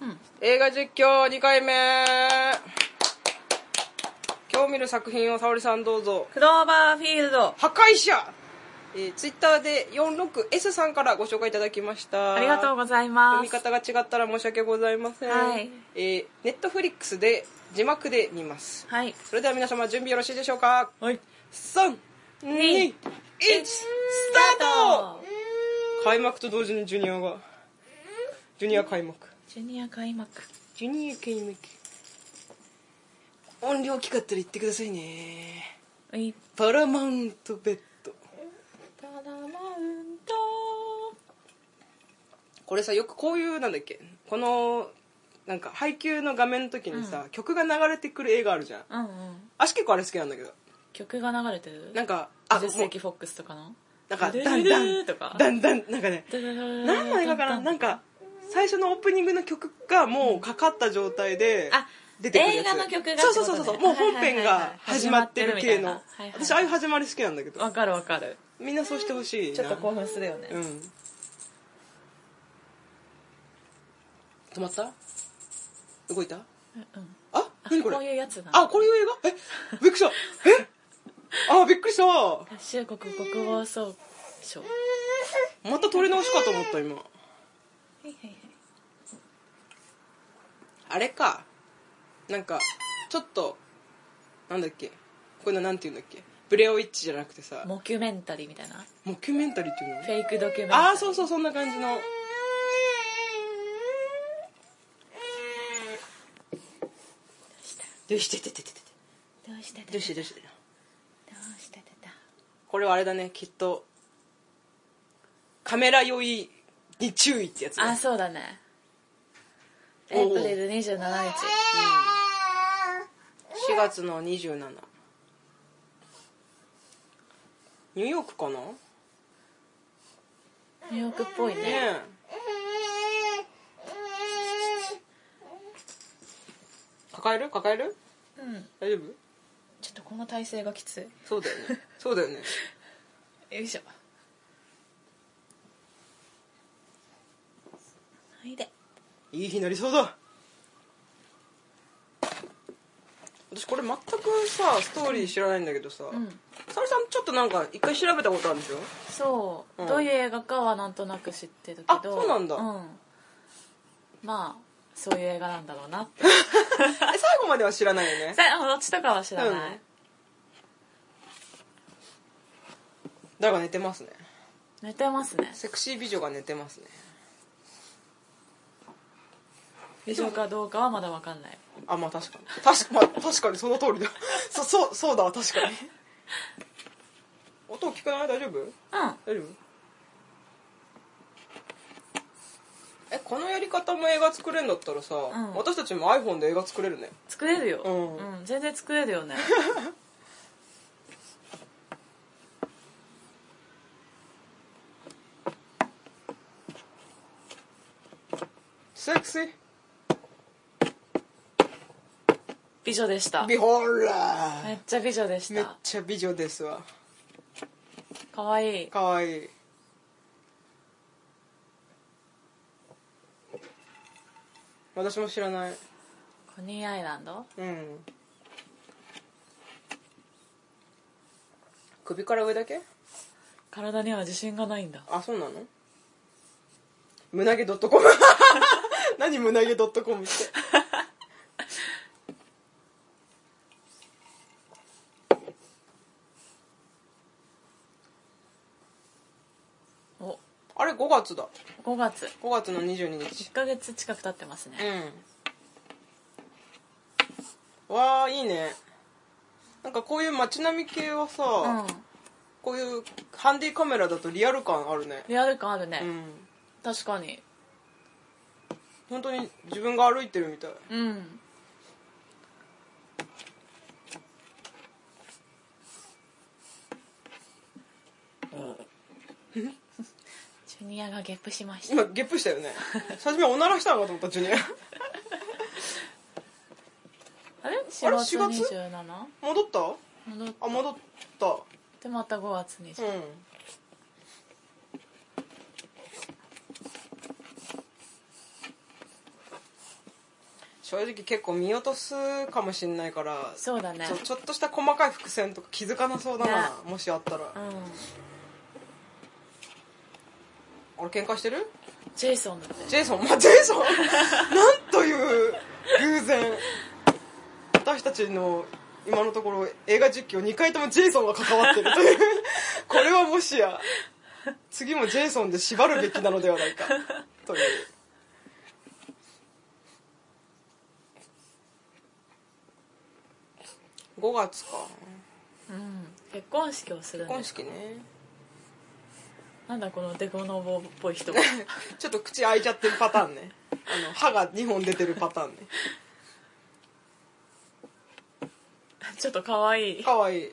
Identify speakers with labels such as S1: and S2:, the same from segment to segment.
S1: うん
S2: 映画実況2回目今日見る作品を沙織さんどうぞ
S1: クローバーフィールド
S2: 破壊者、えー、ツイッターで 46S さんからご紹介いただきました
S1: ありがとうございま
S2: 読み
S1: す
S2: 方が違ったら申し訳ございません、
S1: はい
S2: えー、ネットフリックスで字幕で見ます
S1: はい
S2: それでは皆様準備よろしいでしょうか
S1: はい
S2: 321
S1: に
S2: スタート開幕と同時にジュニアがジュニア開幕
S1: ジュニア開幕
S2: ジュニア開幕音量大きかったら言ってくださいね
S1: ウィ
S2: パラマウントベッド
S1: パラマウント
S2: これさよくこういうなんだっけこのなんか配給の画面の時にさ、曲が流れてくる映画あるじゃん
S1: うんうん
S2: 私結構あれ好きなんだけど
S1: 曲が流れてる
S2: なんかあ
S1: 20
S2: もう
S1: 世紀フォックスとかの
S2: なんかだん
S1: ル
S2: だ
S1: ル
S2: ん
S1: ルルとか
S2: だんだんなんかね何
S1: 何
S2: の映画かななんか最初のオープニングの曲がもうかかった状態で
S1: あ
S2: 出てくるやつ
S1: 映画の曲がってこ
S2: そ
S1: と
S2: うそ
S1: ね
S2: うそうそうもう本編が始まってる系
S1: はい
S2: の
S1: はいはいはい
S2: 私ああいう始まり好きなんだけど
S1: わかるわかる
S2: みんなそうしてほしいな
S1: ちょっと興奮するよね
S2: うん止まった動いた
S1: うん
S2: あ何これ
S1: こういうやつな
S2: あこういう映画えびっくりしたえあびっくりした
S1: 中国国防総省は
S2: また撮り直しかと思った今
S1: いはいはい
S2: あれかなんかちょっとなんだっけこういうのなんて言うんだっけブレオイッチじゃなくてさ
S1: モキュメンタリーみたいな
S2: モキュメンタリーっていうの
S1: フェイクドキュメンタリー
S2: ああそうそうそんな感じのどうしててててて
S1: どうしてだ
S2: どうしてどうして
S1: どうしてだ
S2: これはあれだねきっとカメラ酔いに注意ってやつだ
S1: あそうだね
S2: おう
S1: エイプリル27日
S2: 4月の27ニューヨークかなね
S1: ニューヨークっぽいね
S2: え抱える抱える
S1: うん
S2: 大丈夫
S1: ちょっとこの体勢がきつ
S2: そうだよねそうだよね
S1: いよいしょはいで
S2: いい日になりそうだ私これ全くさストーリー知らないんだけどさ、
S1: うん
S2: 沙織さんちょっとなんか一回調べたことあるん でしょ
S1: そう、
S2: うん
S1: どういう映画かはなんとなく知ってるけど
S2: あそうなんだ
S1: まあそういう映画なんだろうなって
S2: え最後までは知らないよね
S1: さあどっちとかは知らない、
S2: うん誰が寝てますね
S1: 寝てますね
S2: セクシー美女が寝てますね
S1: 美女かどうかはまだわかんない
S2: あまあ確かに確か,、まあ、確かにその通りだ そそうそうだわ確かに音聞かない大丈夫
S1: うん
S2: 大丈夫えこのやり方も映画作れるんだったらさ、
S1: ん
S2: 私たちも iPhone で映画作れるね
S1: 作れるよ、
S2: うん
S1: 全然作れ るよね
S2: セクシー
S1: 美女でした
S2: ビホラー
S1: めっちゃ美女でし
S2: めったちゃ美女ですわ
S1: かわいい
S2: かわいい私も知らない
S1: コニーアイランド
S2: うん首から上だけ
S1: 体には自信がないんだ
S2: あそうなの胸毛 .com 何胸毛 .com って
S1: お
S2: あれ5月だ
S1: 5月
S2: 5月の22日
S1: 1ヶ月近く経ってますね
S2: うんわあいいねなんかこういう街並み系はさ、
S1: うん
S2: こういうハンディカメラだとリアル感あるね
S1: リアル感あるね、
S2: うん
S1: 確かに
S2: 本当に自分が歩いてるみたい
S1: うんジュニアがゲップしました
S2: 今ゲップしたよね最初めおならしたのかと思ったジュニア
S1: あれ
S2: あれ
S1: ?4 月
S2: 4
S1: 27
S2: 戻った
S1: 戻っ
S2: あ戻ったう
S1: てまた5月27
S2: ん正直結構見落とすかもしんないから
S1: そうだね
S2: そうちょっとした細かい伏線とか気づかなそうだな、
S1: ね
S2: もしあったら、
S1: うん
S2: 俺喧嘩してる
S1: ジェイソンだって
S2: ジェイソン、まあ、ジェイソンなんという偶然私たちの今のところ映画実況2回ともジェイソンが関わってるというこれはもしや次もジェイソンで縛るべきなのではないかという5月か
S1: うん結婚式をするん
S2: 結婚
S1: です
S2: 式ね
S1: なんだこのデコノボっぽい人は
S2: ちょっと口開いちゃってるパターンねあの歯が2本出てるパターンね
S1: ちょっと可愛い
S2: かわいい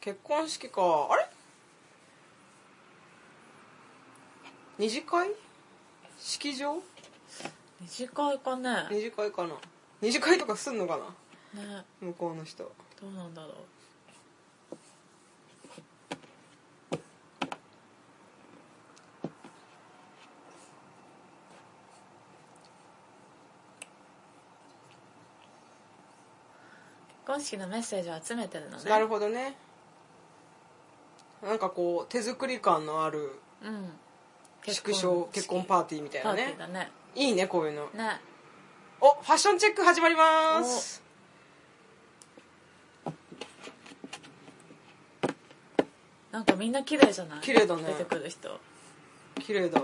S2: 結婚式かあれ二次会式場
S1: 二次会かね
S2: 二次会かな二次会とかすんのかな
S1: ね
S2: 向こうの人
S1: どうなんだろう結婚式のメッセージを集めてるのね
S2: なるほどねなんかこう手作り感のある
S1: うん
S2: 縮小結婚
S1: ー
S2: パーティーみたいな
S1: パーティ
S2: ね
S1: ーだね
S2: いいねこういうの
S1: ね
S2: おファッションチェック始まります
S1: なんかみんな綺麗じゃない
S2: 綺麗だね
S1: 出てくる人
S2: 綺麗だ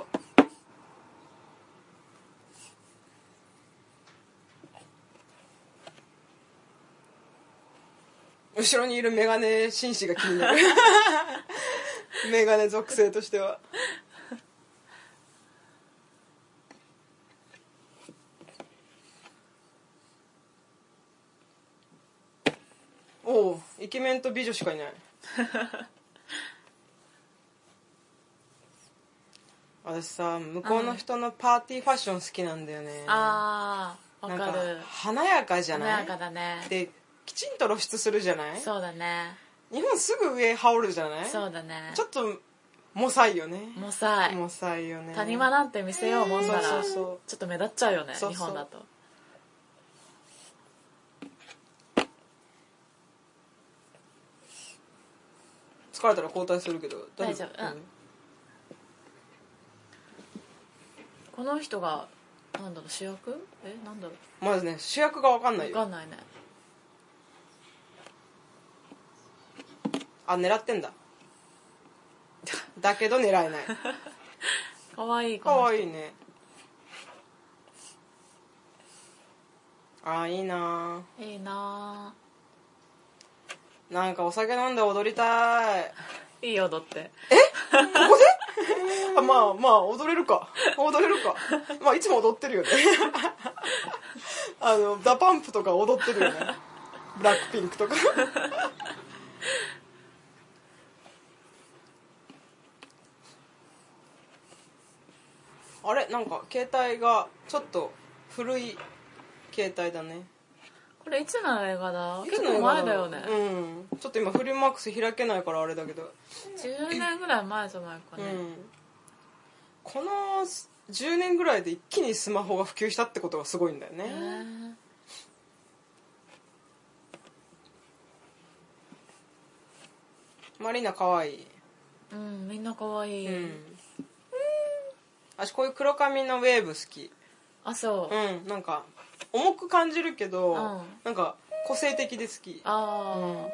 S2: 後ろにいるメガネ紳士が気にな るメガネ属性としてはおおイケメンと美女しか いない私さ向こうの人のパーティーファッション好きなんだよね
S1: ああわ
S2: なん
S1: か
S2: か
S1: る
S2: 華やかじゃ
S1: 華
S2: ない
S1: やかだね
S2: できちんと露出するじゃない
S1: そうだね
S2: 日本すぐ上羽織るじゃない
S1: そうだね
S2: ちょっともさいよね
S1: もうさ
S2: もさいよね
S1: 谷間なんて見せようもんなら
S2: そうそう
S1: ち
S2: そ
S1: ょっと目立っちゃうよね
S2: そうそう
S1: 日本だと
S2: 疲れたら交代するけど
S1: 大丈夫うんこの人がなんだろう主役えなんだろう
S2: まずね主役が分かんない
S1: 分
S2: よ
S1: かんないね
S2: あ狙ってんだ だけど狙え ない
S1: かわいい
S2: か
S1: この
S2: わ
S1: 人
S2: いいねあーいいない
S1: いな
S2: ーなんかお酒飲んで踊りたい
S1: ぁいいよ踊って
S2: あまあまあ踊れるか踊れるかまあいつも踊ってるよね あのダパンプとか踊ってるよねブラックピンクとか あれなんか携帯がちょっと古い携帯だね
S1: これいつの映画だ
S2: いつ
S1: 結
S2: の
S1: 構前だよね
S2: うんちょっと今フリーマックス開けないからあれだけど
S1: 10年ぐらい前じゃないかね
S2: うん、この10年ぐらいで一気にスマホが普及したってことがすごいんだよね、
S1: へー
S2: マリーナ可愛い
S1: うんみんなかわい
S2: い、
S1: い
S2: うん私こういう黒髪のウェーブ好き
S1: あそう
S2: うんなんか重く感じるけど、
S1: うん
S2: なんか個性的で好き
S1: あ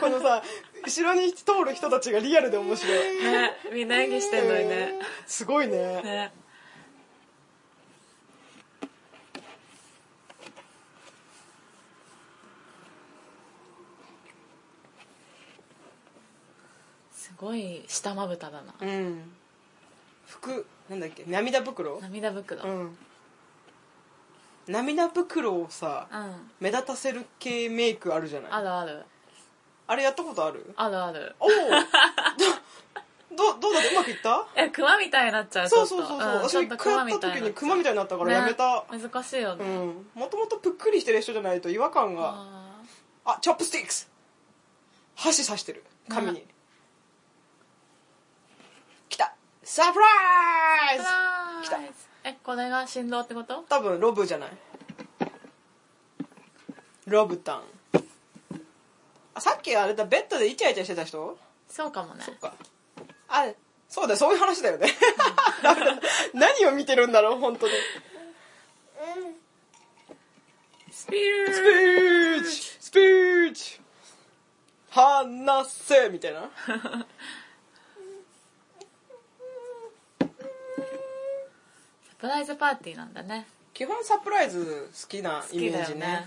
S2: このさ後ろに通る人たちがリアルで面白い
S1: あねみんな演技してんのにね
S2: すごいね
S1: ねすごい下まぶただな
S2: うん服なんだっけ涙袋
S1: 涙袋
S2: う
S1: うん、
S2: ん涙袋をさ目立たせる系メイクあるじゃない
S1: あるある
S2: あれやったことある
S1: あるある
S2: おおどどどうだったうまくいった
S1: え熊みたいになっちゃう
S2: そうそうそうそう、私
S1: ちょっ
S2: 一
S1: と
S2: 回やった時にクマみたいになったからやめた、
S1: ね難しいよ
S2: う
S1: ね、
S2: んもともとぷっくりしてる人じゃないと違和感が
S1: あー
S2: あチョップスティックス箸刺してる髪に、
S1: ね
S2: 来たサプライズ
S1: サ
S2: 来
S1: プ
S2: た
S1: ライズえこれが振動ってこと
S2: 多分ロブじゃないロブタンあさっきあれだベッドでイチャイチャしてた人
S1: そうかもね
S2: そっかあそうだよそういう話だよねダメだ何を見てるんだろう本当に
S1: スピ
S2: スピ
S1: ース
S2: ーチスピーチ話せみたいな
S1: サプライズパーティーなんだね
S2: 基本サプライズ好きな
S1: 好
S2: イ
S1: き
S2: メ
S1: だ
S2: ー
S1: よ
S2: ジ
S1: ね
S2: ね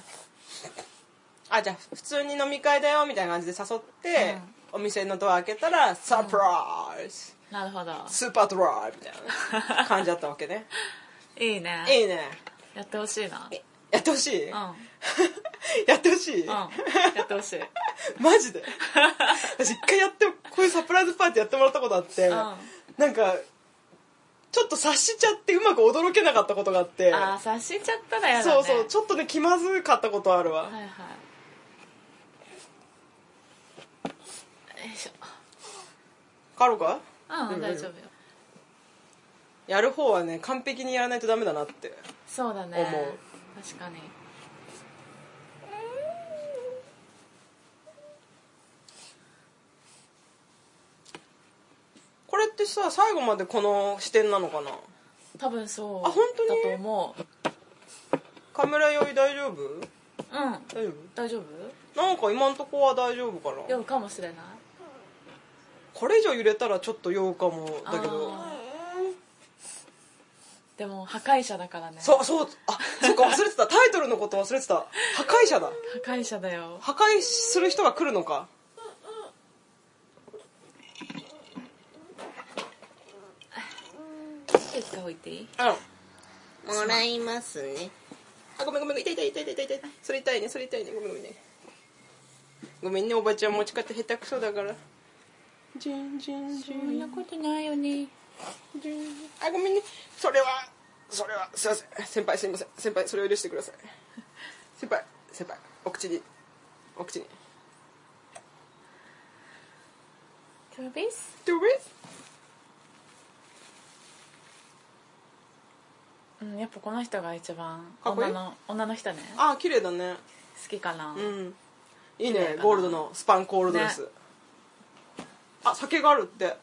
S2: あじゃあ普通に飲み会だよみたいな感じで誘って、お店のドア開けたらサプライズ、
S1: なるほど
S2: スーパードライみたいな感じだったわけね
S1: いいね
S2: いいね
S1: やってほしいな
S2: やってほしい、
S1: うんうん
S2: やってほしい、
S1: やってほしい
S2: マジで私一回やってこういうサプライズパーティーやってもらったことあって、
S1: うん
S2: なんかちょっと察しちゃってうまく驚けなかったことがあって
S1: ああ察しちゃったらやだね
S2: そうそうちょっとね気まずかったことあるわ、
S1: はいはいよいしょ
S2: カロか
S1: うん、
S2: うん
S1: 大丈夫よ
S2: やる方はね完璧にやらないとダメだなって
S1: そうだね
S2: 思う
S1: 確かに
S2: これってさ最後までこの視点なのかな
S1: 多分そう
S2: あ本当に
S1: だと思う
S2: カメラ酔い大丈夫
S1: うん
S2: 大丈
S1: 大丈夫
S2: 夫なんか今んとこは大丈夫かな
S1: 酔うかもしれない
S2: これ以上揺れたらちょっと酔うかもだけど
S1: あでも破壊者だからね
S2: そうそうあそっか忘れてたタイトルのこと忘れてた破壊者だ
S1: 破壊者だよ
S2: 破壊する人が来るのか
S1: ちょっと一回置いていい
S2: あ
S3: もらいますね。
S2: あごめんごめん痛い痛い痛い痛い痛いそれ痛いねそれ痛いねごめんごめんねごめんねおばちゃん持ち方下手くそだからジンジンジ
S1: そん
S2: ン
S1: なことないよね
S2: ジンあごめんねそれはそれはすいません先輩すいません先輩それを許してください先輩先輩お口にお口に
S1: トゥービス
S2: Do it
S1: うんやっぱこの人が一番
S2: かっこいい
S1: 女の女の人ね好
S2: あ綺麗だね
S1: きかな、
S2: うんいい
S1: 綺麗だ
S2: ね
S1: な
S2: ゴールドのスパンコールドです、
S1: ね
S2: あ酒があるって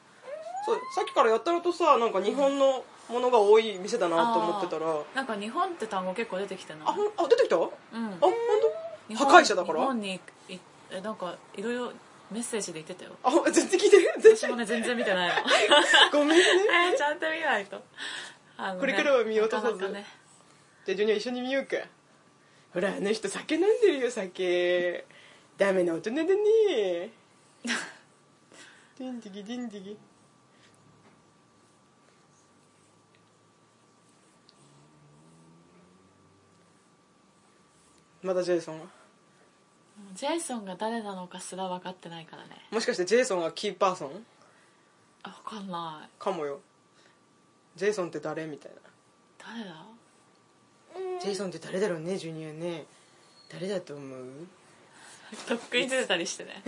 S2: そうさっきからやたらとさなんか日本のものが多い店だなと思ってたら、
S1: なんか日本って単語結構出てきてない
S2: あほんあ出てきたあ
S1: うん
S2: 本当
S1: 日本
S2: 破壊者だか
S1: 日
S2: ら
S1: 本にいえなんかいろいろメッセージで言ってたよ
S2: あ全然聞い てる全
S1: 私
S2: 然
S1: もね全然見 てないの
S2: ごめんね
S1: えーちゃんと見ないとあのね
S2: これからは見落とさず
S1: なかなかね
S2: じゃあジュニア一緒に見ようかほらあの人酒飲んでるよ酒ダメな大人だね ディンディギディンディギまだジェイソンが
S1: もうジェイソンが誰なのかすら分かってないからね
S2: もしかしてジェイソンがキーパーソン
S1: あ分かんない
S2: かもよジェイソンって誰みたいな
S1: 誰だ
S2: ジェイソンって誰だろうねジュニアね誰だと思う
S1: とっくに出てたりし てね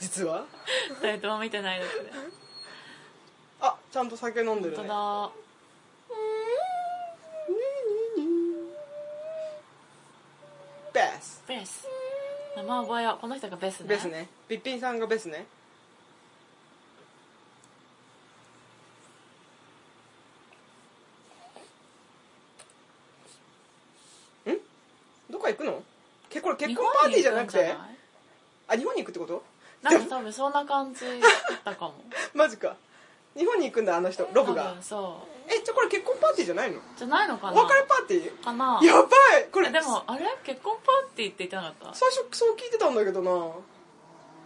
S2: 実は
S1: 二人とも見てないですね
S2: あちゃんと酒飲んでるね
S1: 本当だ
S2: ベース
S1: ベース名前覚えようこの人がベースね
S2: ベースねビッピンさんがベースねんどっか行くのけこれ結婚パーティーじゃなくて
S1: 日本に行く
S2: あ日本に行くっ
S1: んじ
S2: てこと
S1: ゃないなんか多分そんな感じだったかも
S2: マジか日本に行くんだあの人ロ
S1: 多
S2: ブが
S1: 分そ
S2: えじゃあこれ結婚パーティーじゃないの
S1: うじゃないのか
S2: お
S1: な
S2: 別れパーティー
S1: かな
S2: やばいこれ
S1: えでもあれ結婚パーティーって言ってなかっ
S2: 最初そう聞いてたんだけどな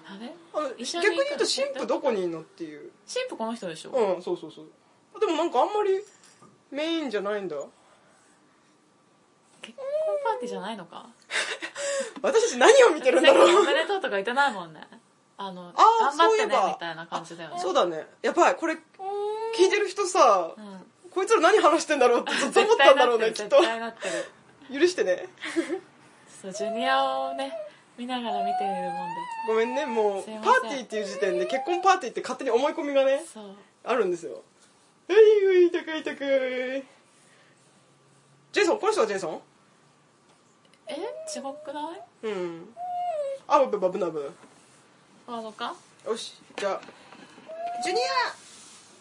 S1: たあれ
S2: あの逆に
S1: 一
S2: 言
S1: 緒に行く
S2: うと新婦どこにいんのっていう
S1: 新婦この人でしょ、
S2: うんそうそうそうでもなんかあんまりメインじゃないんだ
S1: 結婚パーティーじゃないのか
S2: 私たち何を見てるんだろ
S1: 最近お
S2: う
S1: めでとうとか言ってないもんねあの
S2: あー
S1: 頑張っ
S2: そ
S1: て
S2: ういえば
S1: ねみたいな感じだよ ね
S2: そうだねやばいこれ聞いてる人さ
S1: うん
S2: こいつら何話してんだろうってずっと思っ
S1: 絶
S2: た
S1: 対
S2: んだ
S1: な
S2: ろう
S1: って
S2: ね
S1: る
S2: きっ
S1: 絶
S2: と
S1: 対なってる
S2: 許してね
S1: そうジュニアをね見ながら見ているもん
S2: ごめんねもう
S1: すいません
S2: パーティーっていう時点で結婚パーティーって勝手に思い込みがね
S1: でそう
S2: あるんですよういうい痛く痛くジェイソンこの人はジェイソン
S1: え違くない
S2: うんあぶぶばぶなぶ
S1: ワードか
S2: よしじゃあジュニア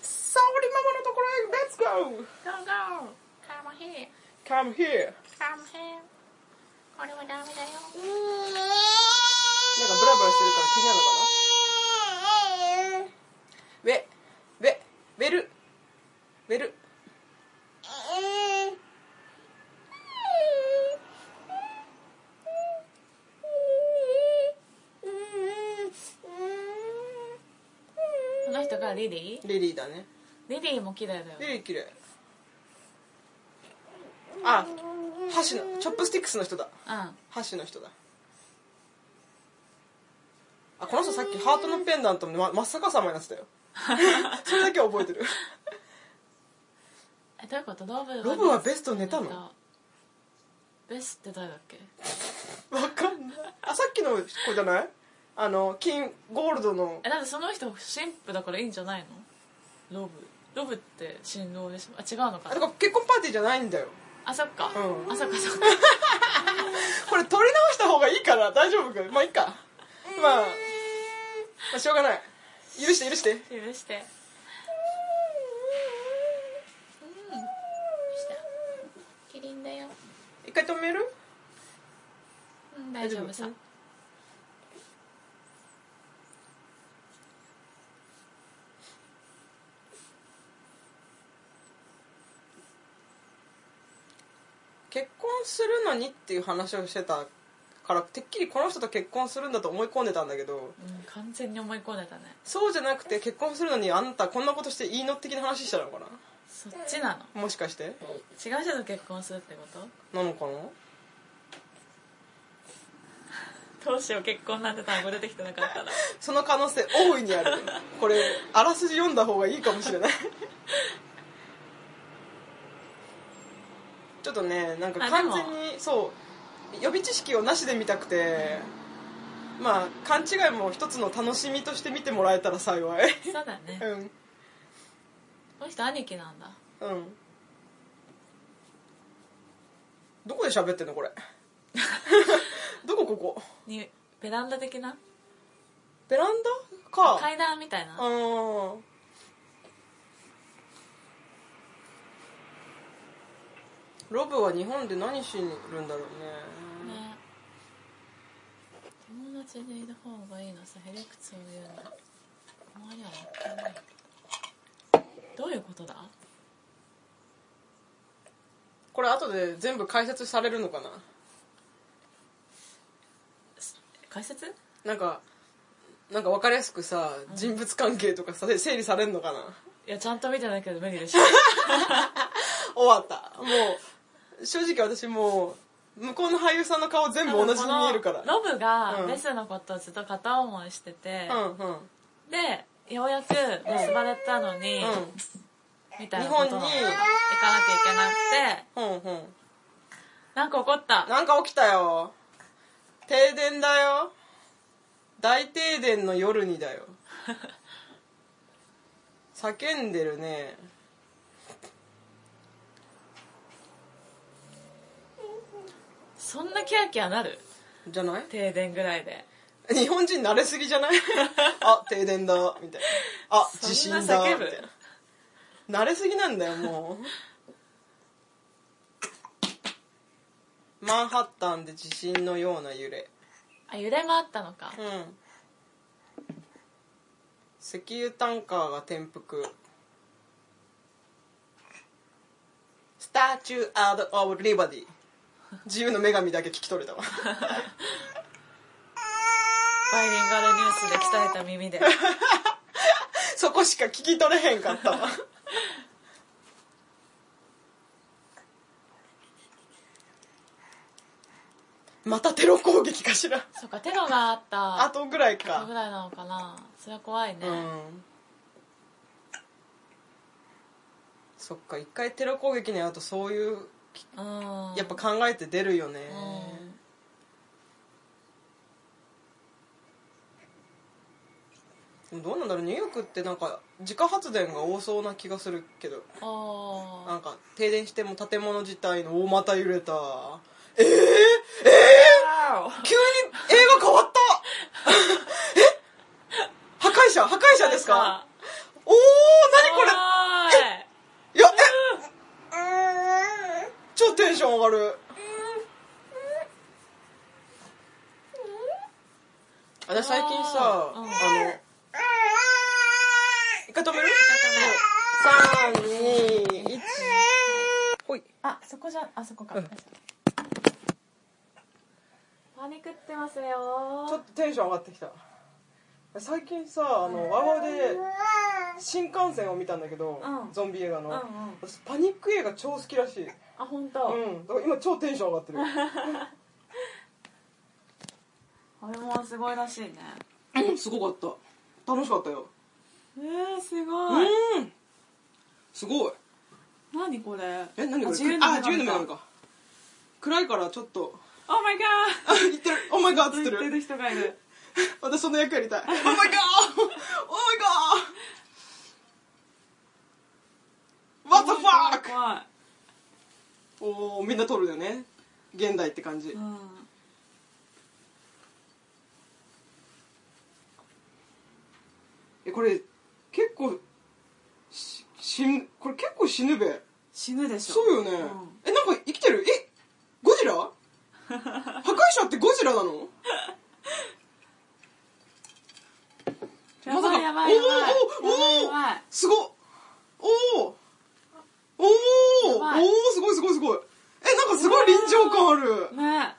S2: 沙織ママのところへ Let's go
S1: Go go Come here
S2: Come here
S1: Come here これはダメだよ
S2: なんかブラブラしてるから気になるのかなウェ、ウェ、ウェル、ウェル。
S1: この人がリリ
S2: リリーだね。
S1: ーリリーも綺麗だよ
S2: リリー綺麗。あ、箸の、チョップスティックスの人だ。
S1: うん
S2: 箸の人だ。あ、この人さっきハートのペンダントもま真っ逆さまになってた よ。それだけは覚えてる。
S1: えどういうことロブ
S2: ロブはベスト寝 たの
S1: ベスって誰だっけ
S2: わかんない。あ、さっきの子じゃないあの、金、ゴールドの。
S1: えだってその人神父だからいいんじゃないのロブロブって新郎でしょあ違うの
S2: あ、
S1: か
S2: だか
S1: な
S2: ら結婚パーティーじゃないんだよ。
S1: あそっか、
S2: うん
S1: あそっかそっか
S2: これ取り直した方がいいかな大丈夫かまあいいか、まあ、まあしょうがない許して許して
S1: 許してうんしたキリンだよ
S2: 一回止める
S1: うん大丈夫さ
S2: 大丈結婚するのにっていう話をしてたからてっきりこの人と結婚するんだと思い込んでたんだけど
S1: うん完全に思い込んでたね
S2: そうじゃなくて結婚するのにあんたこんなことしていいの的な話したのかな
S1: そっちなの
S2: もしかして
S1: 違う人と結婚するってこ
S2: なのかな
S1: とどうしよう結婚なんて単語出てきてな かったら
S2: その可能性大いにあるこれあらすじ読んだ方がいいかもしれないちょっとねなんか
S1: あ
S2: 完全にそう予備知識をなしで見たくてまあ勘違いも一つの楽しみとして見てもらえたら幸い
S1: そうだね
S2: うんうん
S1: この人兄貴なんだ
S2: どこで喋ってんの これどこここ
S1: にベランダ的な
S2: ベランダか
S1: 階段みたいな
S2: うんロブは日本で何しにるんだろうね
S1: ね友達でいる方がいいのさヘリクツを言うのあまりは分かんないどういうことだ
S2: これ後で全部解説されるのかな
S1: 解説
S2: なんかなんか分かりやすくさ人物関係とかさ整理されるのかない
S1: やちゃんと見てないけど無理でしょ
S2: 終わったもう正直私もう向こうの俳優さんの顔全部同じに見えるから
S1: 多分このロブ
S2: う
S1: が
S2: ん
S1: ベスのことをずっと片思いしてて、
S2: うんうん
S1: でようやく結ばれたのに、
S2: うん
S1: みたいなこと
S2: 日
S1: なの行かな
S2: 本
S1: き
S2: に
S1: ゃいけなくて
S2: うんうん
S1: なんか怒った
S2: なんか起きたよ停電だよ大停電の夜にだよ叫んでるね
S1: そんなキャーキャーなる
S2: じゃない
S1: 停電ぐらいで
S2: 日本人慣れすぎじゃないあ停電だみたいなあ
S1: そん
S2: 地
S1: な
S2: 震だ
S1: 叫
S2: み
S1: ぶ
S2: たいな慣れすぎなんだよもうマンハッタンで地震のような揺れ
S1: あ揺れがあったのか
S2: うん石油タンカーが転覆スターチュー・アード・オブ・リバディ自由の女神だけ聞き取れたわ
S1: バイリンガルニュースで鍛えた耳で
S2: そこしか聞き取れへんかったわまたテロ攻撃かしら
S1: そうかテロがあった
S2: あとぐらい
S1: 後ぐ
S2: から
S1: いなのかなそれは怖いね、
S2: うんそっか一回テロ攻撃に遭うとそういう
S1: うん
S2: やっぱ考えて出るよね
S1: うん
S2: でもどうなんだろうニューヨークってなんか自家発電が多そうな気がするけど
S1: おー
S2: なんか停電しても建物自体の大股揺れたえー、えー、急に映画変わった え破壊者破壊者ですかおー何これ
S1: お
S2: いやえうーん超テンション上がる私最近さあ
S1: うん
S2: の一回止める三二一ほい
S1: ーいあそこじゃあそこか、
S2: うん
S1: パニクってますよ
S2: ちょっとテンション上がってきた最近さあのワウワウで新幹線を見たんだけど、
S1: うん
S2: ゾンビ映画の、
S1: うんうん
S2: 私パニック映画超好きらしい
S1: あ本当、
S2: うんだから今超テンション上がってる
S1: あれもすごいらしいね
S2: うん すごかった楽しかったよ
S1: えー、すごい、
S2: うんすごい
S1: 何これ
S2: え何これ
S1: あ自由の
S2: あ
S1: 女
S2: 自由の
S1: 神
S2: 女神
S1: か
S2: か暗いからちょっと
S1: オーマイガー
S2: あ言ってる「オーマイガー」っつって
S1: 言って
S2: る
S1: る人がいる
S2: 私その役やりたい「オー マイガー」「オーマイガー」「What the
S1: 怖い
S2: fuck!」
S1: 怖い
S2: おおみんな撮るよね現代って感じ、
S1: うん
S2: えこれ結構し死んこれ結構死ぬべ
S1: 死ぬでしょ
S2: そうよね、
S1: ん
S2: えなんか生きてるえゴ ジラ破壊者ってゴジラなの
S1: やばいやばいやばい
S2: おーおーおー
S1: やばい
S2: すごっおおおお
S1: やばい
S2: おおすごいすごいすごいえなんかすごい臨場感ある
S1: やばいね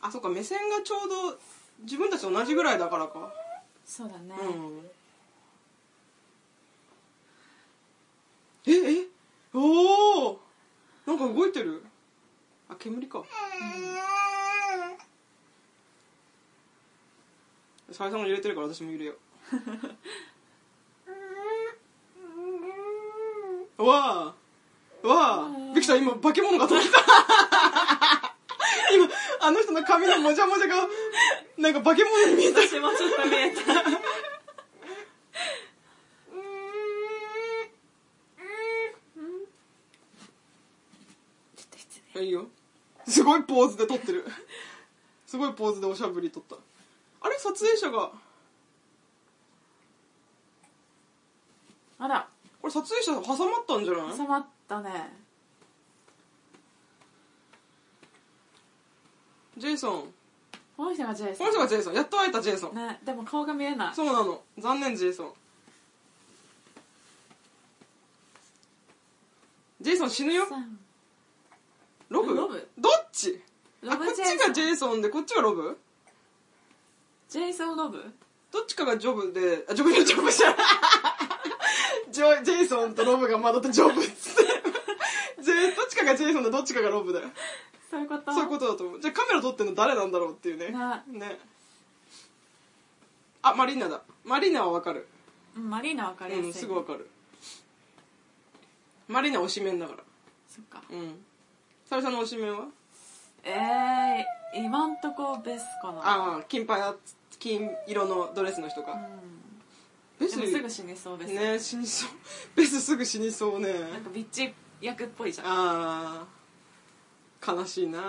S2: あそっか目線がちょうど自分たちと同じぐらいだからか
S1: そうだね、
S2: うんええおおなんか動いてるあ煙か沙織さんも揺れてるから私も揺れようわあわあビクさん今化け物が飛んでた今あの人の髪のもじゃもじゃがなんか化け物に見えた
S1: 私もちょっと見えたちょっと失
S2: いやいいよすごいポーズで撮ってるすごいポーズでおしゃぶり撮ったあれ撮影者が
S1: 礼あら
S2: これ撮影者挟まったんじゃない
S1: 収まったね
S2: ジェイソン
S1: この人がジェイ
S2: こ
S1: ソ
S2: の人がジェイソンやっと会えたジェイソン
S1: ンねでも顔が見えない
S2: そうなの残念ジェイソンジェイソン死ぬよ
S1: さん
S2: ロブ
S1: ロブ
S2: どっちあ
S1: ロ
S2: こ
S1: ブ
S2: っ
S1: ジェ
S2: ち
S1: イソ
S2: が
S1: ン
S2: ジェイソンでこっちがロブ
S1: ジェイソンロブ
S2: どっちかがジョブであジョブじゃないジョブじゃないジョジェイソンとロブがまだとジョブっつってジェイどっちかがジェイソンでどっちかがロブだよ
S1: そういうこと
S2: そういうことだと思うじゃあカメラ撮ってんの誰なんだろうっていうねねあマリーナだマリーナはわかる
S1: うんマリーナわかりやすい、
S2: うんすぐわかるマリーナ推しメンだから
S1: そっか
S2: うん沙織さんの推しメンは
S1: えー、今んとこベスかな
S2: ああ金髪金色のドレスの人
S1: う
S2: か、
S1: ん
S2: ベ
S1: でもすぐ死にそうです、
S2: ね死にそうベスすぐ死にそうね
S1: なんかビッチ役っぽいじゃん
S2: ああ悲しいな、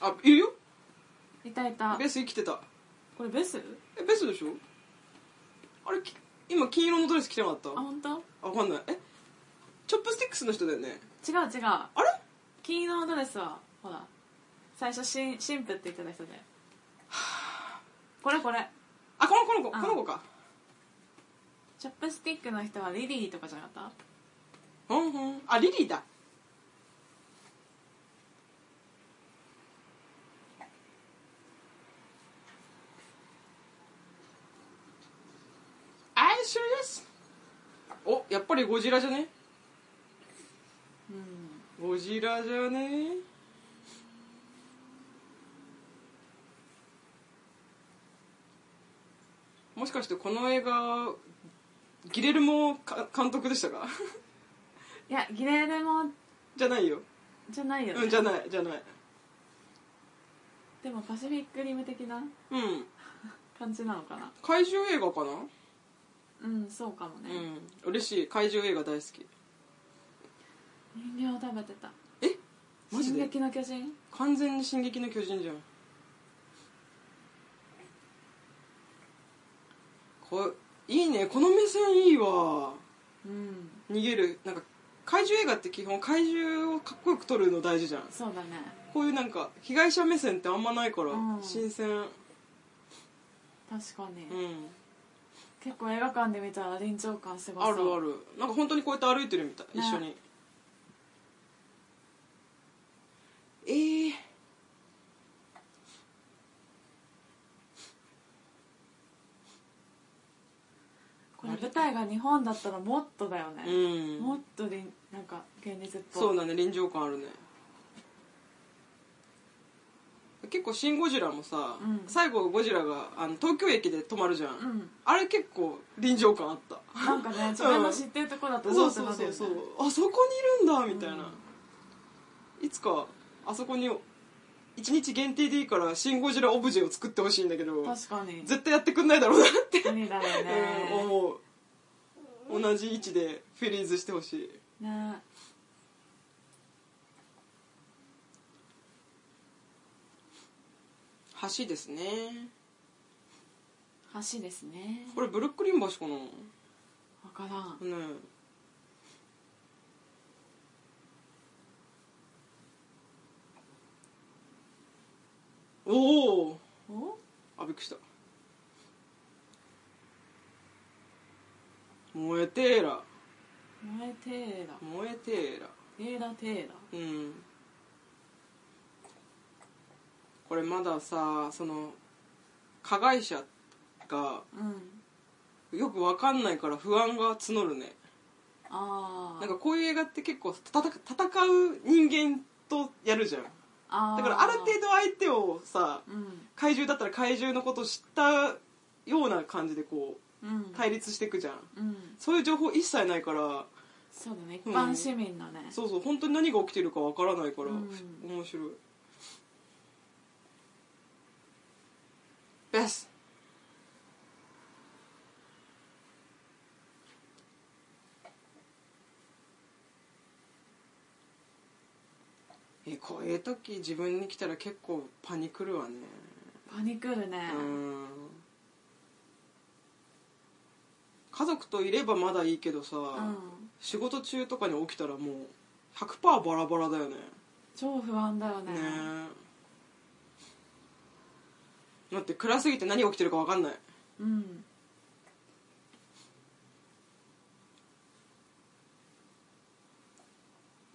S2: あいるよ
S1: いたいた
S2: ベス生きてた
S1: これベス
S2: えベスでしょあれき今金色のドレス着てなかった
S1: あ本当？
S2: あわかんないえチョップスティックスの人だよね
S1: 違う違う
S2: あれ
S1: 金色のドレスはほら最初しん神父って言ってた人でこれこれ
S2: あこのこの子
S1: あ
S2: この子か
S1: チョップスティックの人はリリーとかじゃなかっ
S2: うんうんあリリーだやっぱりゴジラじゃね
S1: うん
S2: ゴジラじゃねもしかしてこの映画ギレルモか監督でしたか
S1: いやギレレモ
S2: じゃないよ、
S1: じゃないよね、
S2: うん、じゃないじゃない
S1: でもパシフィックリム的な
S2: うん
S1: 感じなのかな
S2: 怪獣映画かな
S1: うんそうかもね、
S2: うん嬉しい怪獣映画大好き
S1: 人形を食べてた
S2: えマジ
S1: 進
S2: で
S1: 撃の巨人
S2: 完全に「進撃の巨人」じゃんこいいねこの目線いいわ
S1: うん
S2: 逃げるなんか怪獣映画って基本怪獣をかっこよく撮るの大事じゃん
S1: そうだね
S2: こういうなんか被害者目線ってあんまないから、
S1: うん
S2: 新鮮
S1: 確かに、
S2: うん
S1: 結構映画館で見たら臨場感すごそ
S2: あ
S1: う
S2: るあるなんか本当にこうやって歩いてるみたい、
S1: ね
S2: 一緒にえー、
S1: これ舞台が日本だったらもっとだよね、
S2: うん
S1: もっとりなんか現実っぽい
S2: そうだね臨場感あるね結構「シン・ゴジラ」もさ、
S1: うん
S2: 最後ゴジラがあの東京駅で止まるじゃん、
S1: うん
S2: あれ結構臨場感あった
S1: なんかね自分の知ってるとこだと思
S2: そう
S1: って
S2: そう
S1: ま
S2: そう
S1: す
S2: そ
S1: よ
S2: う
S1: ね
S2: あそこにいるんだみたいな、いつかあそこに1日限定でいいから「シン・ゴジラ」オブジェを作ってほしいんだけど
S1: 確かに
S2: 絶対やってくんないだろうなって、
S1: 無理だよね
S2: うん思う同じ位置でフィリーズしてほしい
S1: ね
S2: 橋ですね
S1: 橋ですね
S2: これブルックリン橋かな
S1: わからん
S2: ねえおお
S1: お
S2: あびっくりした燃えてーら
S1: 燃えてーら
S2: 燃えてーら
S1: テーラテーラ
S2: うんこれまださその加害者が
S1: うん
S2: よくわかんないから不安が募るね
S1: ああ
S2: なんかこういう映画って結構戦戦う人間とやるじゃんだからある程度相手をさ
S1: 度うん
S2: 怪獣だったら怪獣のことを知ったような感じでこ
S1: うん
S2: う対立していくじゃん
S1: うん
S2: そういう情報一切ないから
S1: そうだね一般市民のね
S2: そうそう本当に何が起きてるかわからないから、
S1: うん
S2: 面白いベスえこういう時自分に来たら結構パニクるわね
S1: パニクるね
S2: うん家族といればまだいいけどさ、
S1: うん
S2: 仕事中とかに起きたらもう100%バラバラだよね
S1: 超不安だよね
S2: ねえだって暗すぎて何が起きてるか分かんない
S1: うん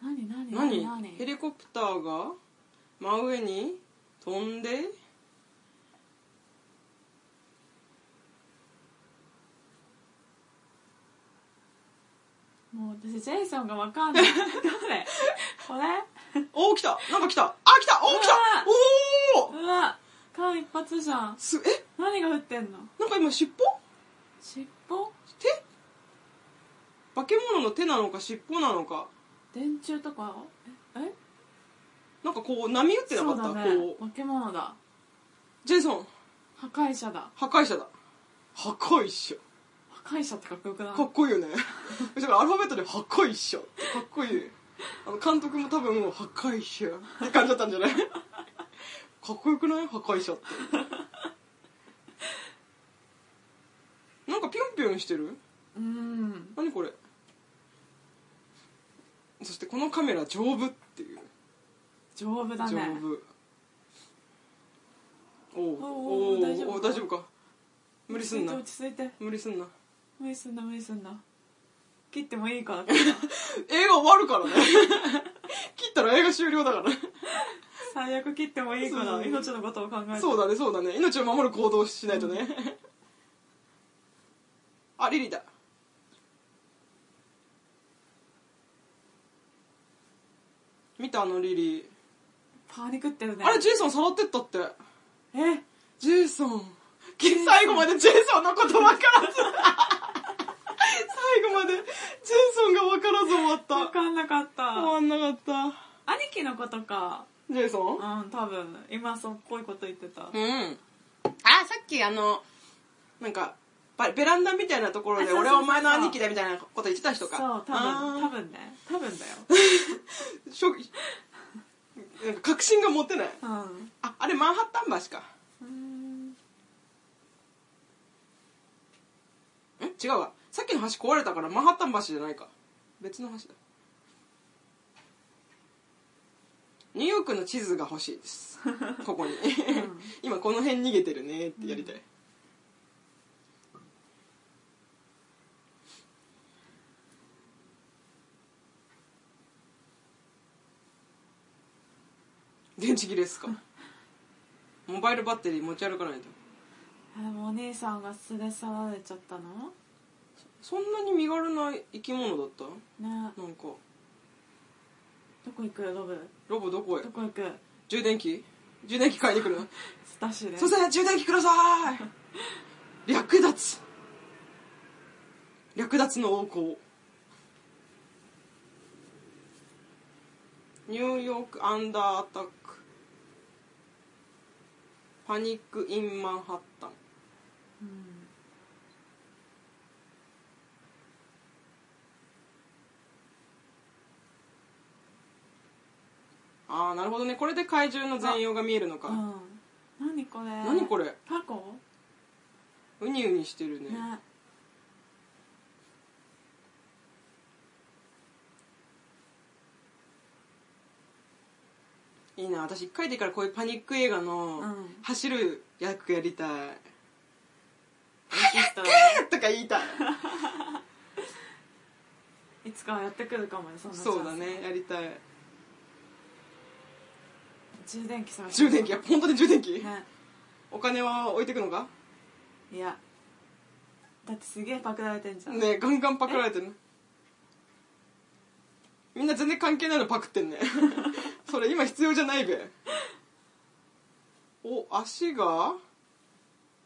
S1: 何何
S2: 何
S1: 何
S2: ヘリコプターが真上に飛んで
S1: もう私ジェイソンがわかんない誰これ
S2: おお来たなんか来たあ来たおお来たおお
S1: うわ間一髪じゃん
S2: すえ
S1: 何が降ってんの
S2: なんか今尻尾
S1: 尻尾
S2: 手化け物の手なのか尻尾なのか
S1: 電柱とかえ
S2: なんかこう波打っ
S1: え
S2: てなか
S1: そ
S2: った
S1: うだね
S2: こう
S1: 化け物だ
S2: ジェイソン
S1: 破壊者だ
S2: 破壊者だ破壊者
S1: 破壊者ってかっこよくない
S2: かっこいいよ ねだからアルファベットで「破壊者」ってかっこいいあの監督も多分もう「破壊者」って感じだったん じゃないかっこよくない破壊者ってなんかピョンピョンしてる
S1: うん
S2: 何これそしてこのカメラ丈夫っていう
S1: 丈夫だ
S2: 丈
S1: ね
S2: 夫おう
S1: おうおう
S2: おう
S1: 大丈夫か
S2: おう大丈夫か無理すんな
S1: 落ち着いて落ち着いて
S2: 無理すんな
S1: 無理すんな無理すんな切ってもいいから
S2: 映画終わるからね 切ったら映画終了だからね
S1: 最悪切ってもいいか
S2: そ
S1: ら
S2: う
S1: 命のことを考えて
S2: そうだねそうだね命を守る行動をしないとね、あリリーだ見たあのリリー
S1: パニクってるね
S2: あれジェイソンさらってったって
S1: え
S2: ジェイソン最後までジェイソンのこと分からず最後までジェイソンが分からず終わった
S1: 分かんなかった
S2: 終わんなかった
S1: 兄貴のことか
S2: ジェイソン
S1: うん多分今そうっぽいこと言ってた
S2: うん。あ、さっきあの、なんか、ばベランダみたいなところ
S1: あ
S2: で、
S1: そうそう
S2: 俺
S1: そう
S2: はお前の兄貴だみたいなこと言ってた人か。
S1: そう多分多
S2: あ
S1: 分ね多分だよ
S2: ーしょなんか確信が持てない。
S1: うん
S2: あ、あれマンハッタン橋か。
S1: うん
S2: ん違うわ。さっきの橋壊れたからマンハッタン橋じゃないか。別の橋だ。ニューヨークの地図が欲しいです。ここに。今この辺逃げてるねってやりたい。電池切れっすかモバイルバッテリー持ち歩かないと
S1: あでもお姉さんが連れ去られちゃったの
S2: そんなに身軽な生き物だった
S1: ね
S2: なんか
S1: どこ行くロブ
S2: ロボどこへ
S1: どこ行く
S2: 充電器充電器買いに来るの
S1: スタッシュで
S2: そうせん充電器ください 略奪略奪の横行ニューヨークアンダーアタックパニック・イン・マンハッタン
S1: うん
S2: ああなるほどねこれで怪獣の全容が見えるの
S1: う
S2: か
S1: ん何これ
S2: 何これ
S1: タコ
S2: ウニウニしてるね
S1: ね
S2: いいな私一回でいいからこういうパニック映画の
S1: うん
S2: 走る役やりたい
S1: 早 く
S2: とか言いたい
S1: いつかはやってくるかもねそんなチャンス
S2: そうだねやりたい
S1: 充電器探して
S2: 充電器や本当に充電器
S1: ね
S2: お金は置いてくのか
S1: いやだってすげえパクられてんじゃん、
S2: ねえガンガンパクられてるみんな全然関係ないのパクってん ねそれ今必要じゃないべお足が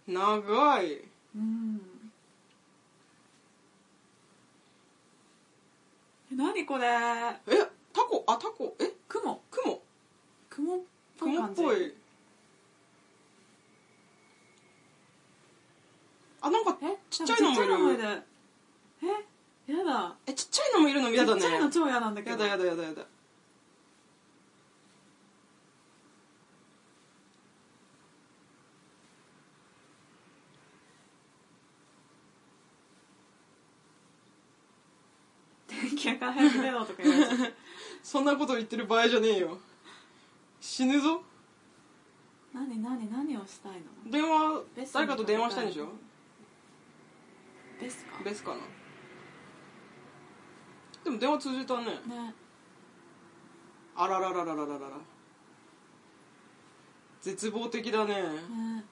S2: 長い
S1: うんえ何これ
S2: えタコあタコえ
S1: 雲
S2: 雲
S1: 雲っぽい
S2: 雲っ
S1: 感じ
S2: ぽいあなんか
S1: え
S2: ちっちゃいのもいる
S1: いるえやだ
S2: えちっちゃいのもいるの嫌だね
S1: ちっちゃいの超嫌なんだけ
S2: や
S1: ど
S2: だやだやだやだ
S1: 電気屋から早く出ろとか言われち ゃう
S2: そんなこと言ってる場合じゃねえよ死ぬぞ
S1: 何何何をしたいの
S2: 電話
S1: ベス
S2: 誰かと電話したいんでしょ
S1: ですか
S2: ベスかなでも電話通じたね
S1: ね
S2: あらららららららら絶望的だね
S1: ね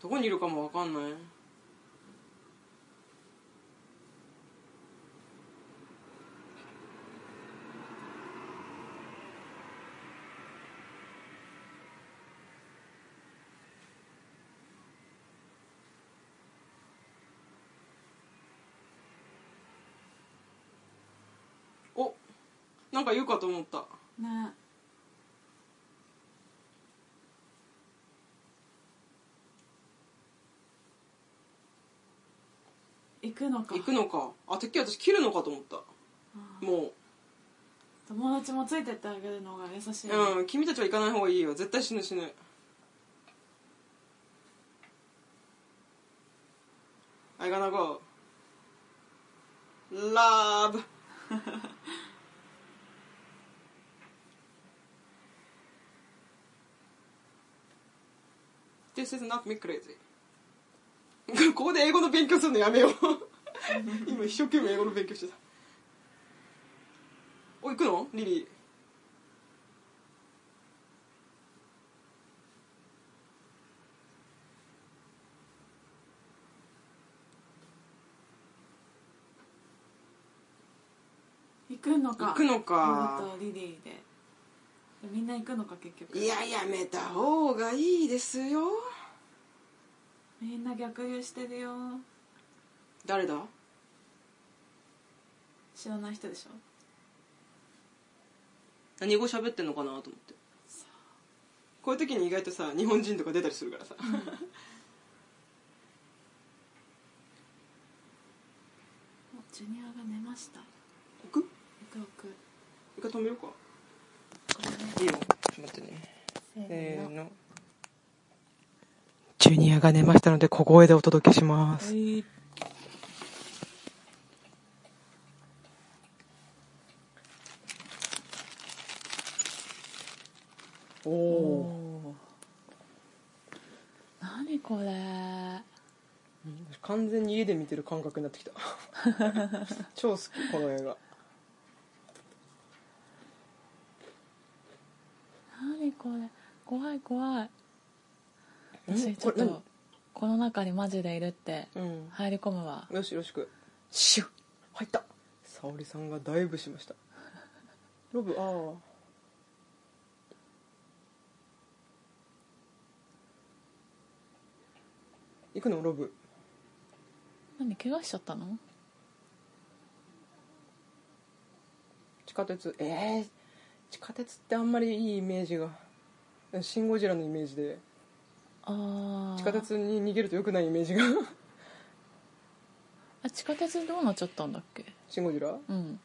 S2: どこにいるかもわかんないおなんか言うかと思った
S1: ね行くのか
S2: 行くのかあてっきり私切るのかと思ったも
S1: 友達もついてってあげるのが優しい、
S2: ううん君たちは行かない方がいいよ絶対死ぬ死ぬあいがなごラブ This is not me crazy ここで英語の勉強するのやめよう今一生懸命英語の勉強してたお行くのリリー
S4: くのか
S2: 行くの
S4: ヨ
S2: か
S4: ルとリリーでみんな行くのか結局
S2: いややめた方がいいですよ
S4: みんな逆流してるよ
S2: 誰だ
S4: 知らない人でしょ
S2: 何語喋ってんのかなと思ってこういう時に意外とさ日本人とか出たりするからさ、
S4: おジュニアが寝ました
S2: 置く
S4: 行く行く
S2: 一回止めようか
S4: これね
S2: いいよちょっと待ってね
S1: せ
S2: せ
S1: ー
S2: ー
S1: の。
S2: のジュニアが寝ましたので小声でお届けします
S4: い
S2: お
S1: お
S2: お
S1: ー何これ
S2: 完全に家で見てる感覚になって きた超好きこの映画
S1: 何これ怖い怖い
S2: ん
S1: 私ちょっ
S2: これ
S1: とこの中にマジでいるって
S2: うん
S1: 入り込むわ
S2: よしよろしく
S1: シュッ
S2: 入った沙織さんがダイブしましたロブああ行くのロブ
S1: 何怪我しちゃったの
S2: 地下鉄ええ地下鉄ってあんまりいいイメージがシン・ゴジラのイメージで
S1: ああ
S2: 地下鉄に逃げると良くないイメージが
S1: あ地下鉄どうなっちゃったんだっけ
S2: シン・ゴジラ
S1: うん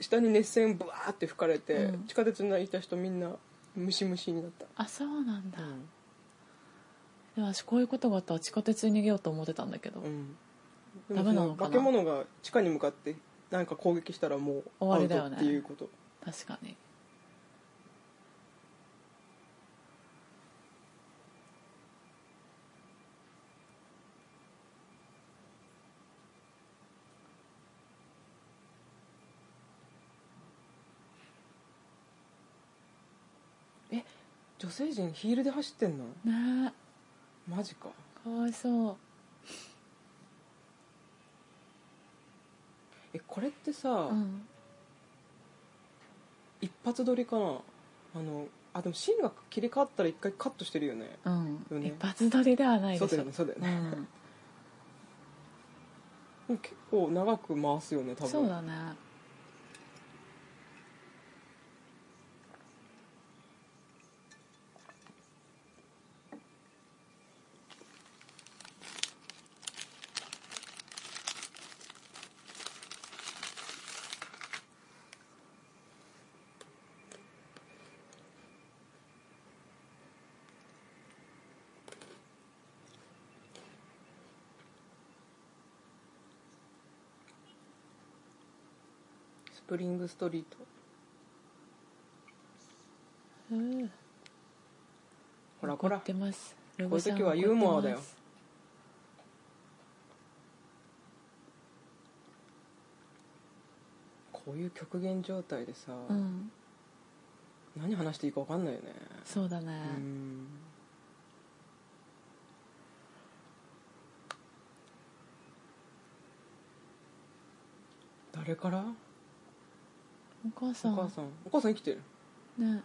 S2: 下に熱線ブワーって吹かれて、
S1: うん
S2: 地下鉄にいた人みんなムシムシになった、
S1: あそうなんだ、でも私こういうことがあったら地下鉄に逃げようと思ってたんだけど、
S2: うん
S1: ダメなのかな
S2: でもその化け物が地下に向かってなんか攻撃したらもう
S1: 終わりだよね
S2: アウトっていうこと
S1: 確かに
S2: 女性陣ヒールで走ってんの
S1: ね
S2: マジか
S1: えかわいそう
S2: えこれってさ、
S1: うん
S2: 一発撮りかなあのあでもシーンが切り替わったら一回カットしてるよね
S1: うん、
S2: よね
S1: 一発撮りではない
S2: そ
S1: で
S2: うだよ
S1: しょ
S2: ねそうだよ
S1: う
S2: ね、
S1: ん、
S2: でも結構長く回すよね多分
S1: そうだね
S2: スプリングストリート
S1: うん
S2: ほらほら
S1: 怒ってます
S2: こういう時はユーモアだよこういう極限状態でさ、
S1: うん
S2: 何話していいか分かんないよね
S1: そうだね、
S2: うん誰から
S1: お母
S2: お
S1: さん
S2: 母さんお母さん生きてる
S1: ね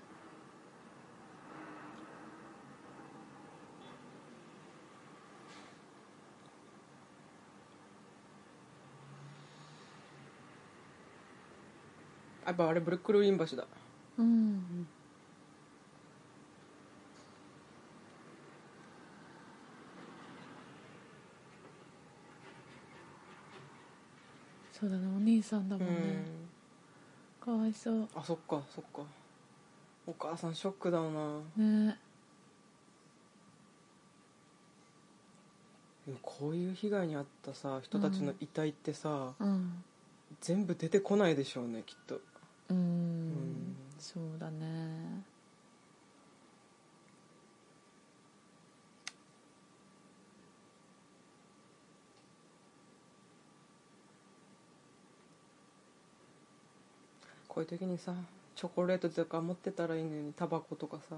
S2: やっぱあれブルックルイン橋だ
S1: うんそうだねお兄さんだもんね、かわいそう
S2: あそっかそっかお母さんショックだよな
S1: ね
S2: でもこういう被害に遭ったさ人たちの遺体ってさ、
S1: うん
S2: 全部出てこないでしょうねきっと
S1: うん、
S2: ん
S1: そうだね
S2: こういう時にさチョコレートとか持ってたらいいのにタバコとかさ、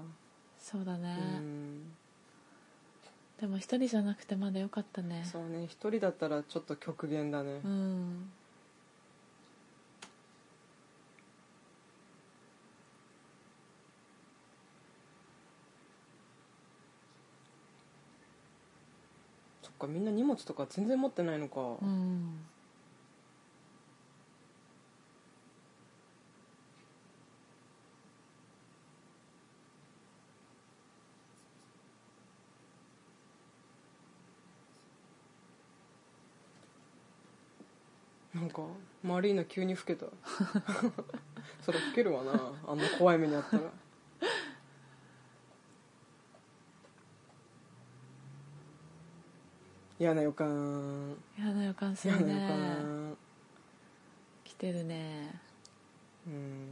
S1: そうだね、
S2: うん
S1: でも一人じゃなくてまだよかったね
S2: そうね一人だったらちょっと極限だね、
S1: うん
S2: かみんな荷物とか全然持ってないのか、
S1: うん
S2: なんかマリーナ急に老けた それ老けるわなあんな怖い目にあったら嫌な予感
S1: 嫌な予感す
S2: 嫌
S1: る
S2: な予
S1: ね
S2: 感
S1: 来てるね
S2: うん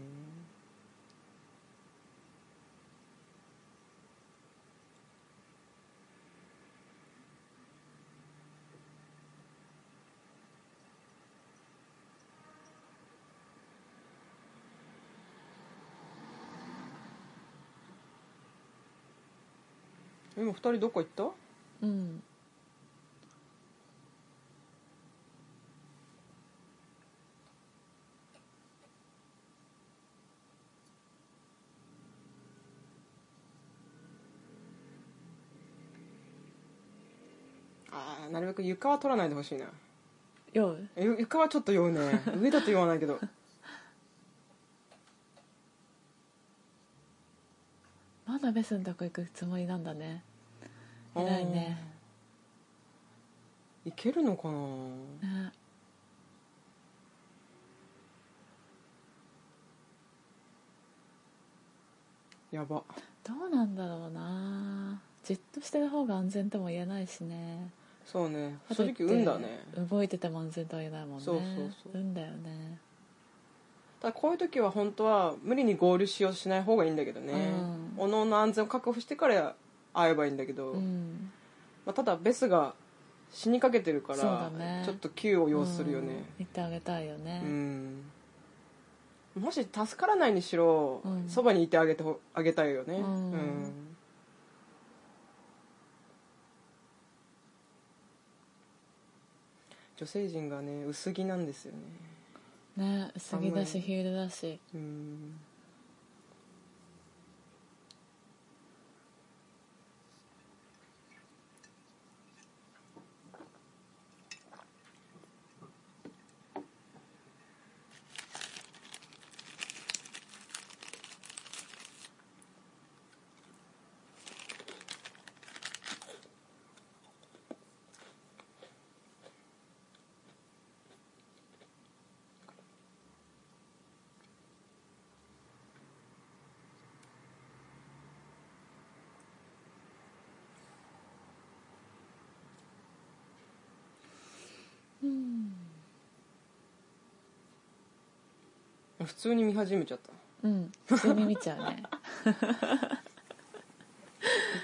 S2: 今二人どこ行った
S1: うん
S2: ああなるべく床は取らないでほしいな
S1: よ
S2: ゆ床はちょっと酔うね上だと言わないけど
S1: まだベスのとこ行くつもりなんだね
S2: あー
S1: 偉 いね
S2: いけるのかな
S1: ね
S2: やば
S1: どうなんだろうなじっとしてる方が安全とも言えないしね
S2: そうね
S1: かと
S2: 正
S1: いっ
S2: 直
S1: て
S2: 運だね
S1: 動いてても安全とは言えないもんね
S2: そうそうそう
S1: 運だよね
S2: ただこういう時は本当は無理に合流しようとしない方がいいんだけどね、
S1: うん
S2: おのおの安全を確保してから会えばいいんだけど、
S1: うん
S2: まあ、ただベスが死にかけてるか
S1: そう
S2: ら
S1: だ、ね
S2: ちょっと急を要するよ
S1: うん
S2: ね
S1: 行ってあげたいよ
S2: う
S1: ね
S2: ん、もし助からないにしろ、
S1: うん
S2: そばにいてあげてほあげたいよね
S1: うん
S2: うん女性陣がね薄着なんですよね
S1: ね薄着だ
S2: 寒
S1: し
S2: い
S1: ヒールだし
S2: うん
S1: うん
S2: 普通に見始めちゃった
S1: うん普通に見ちゃ うね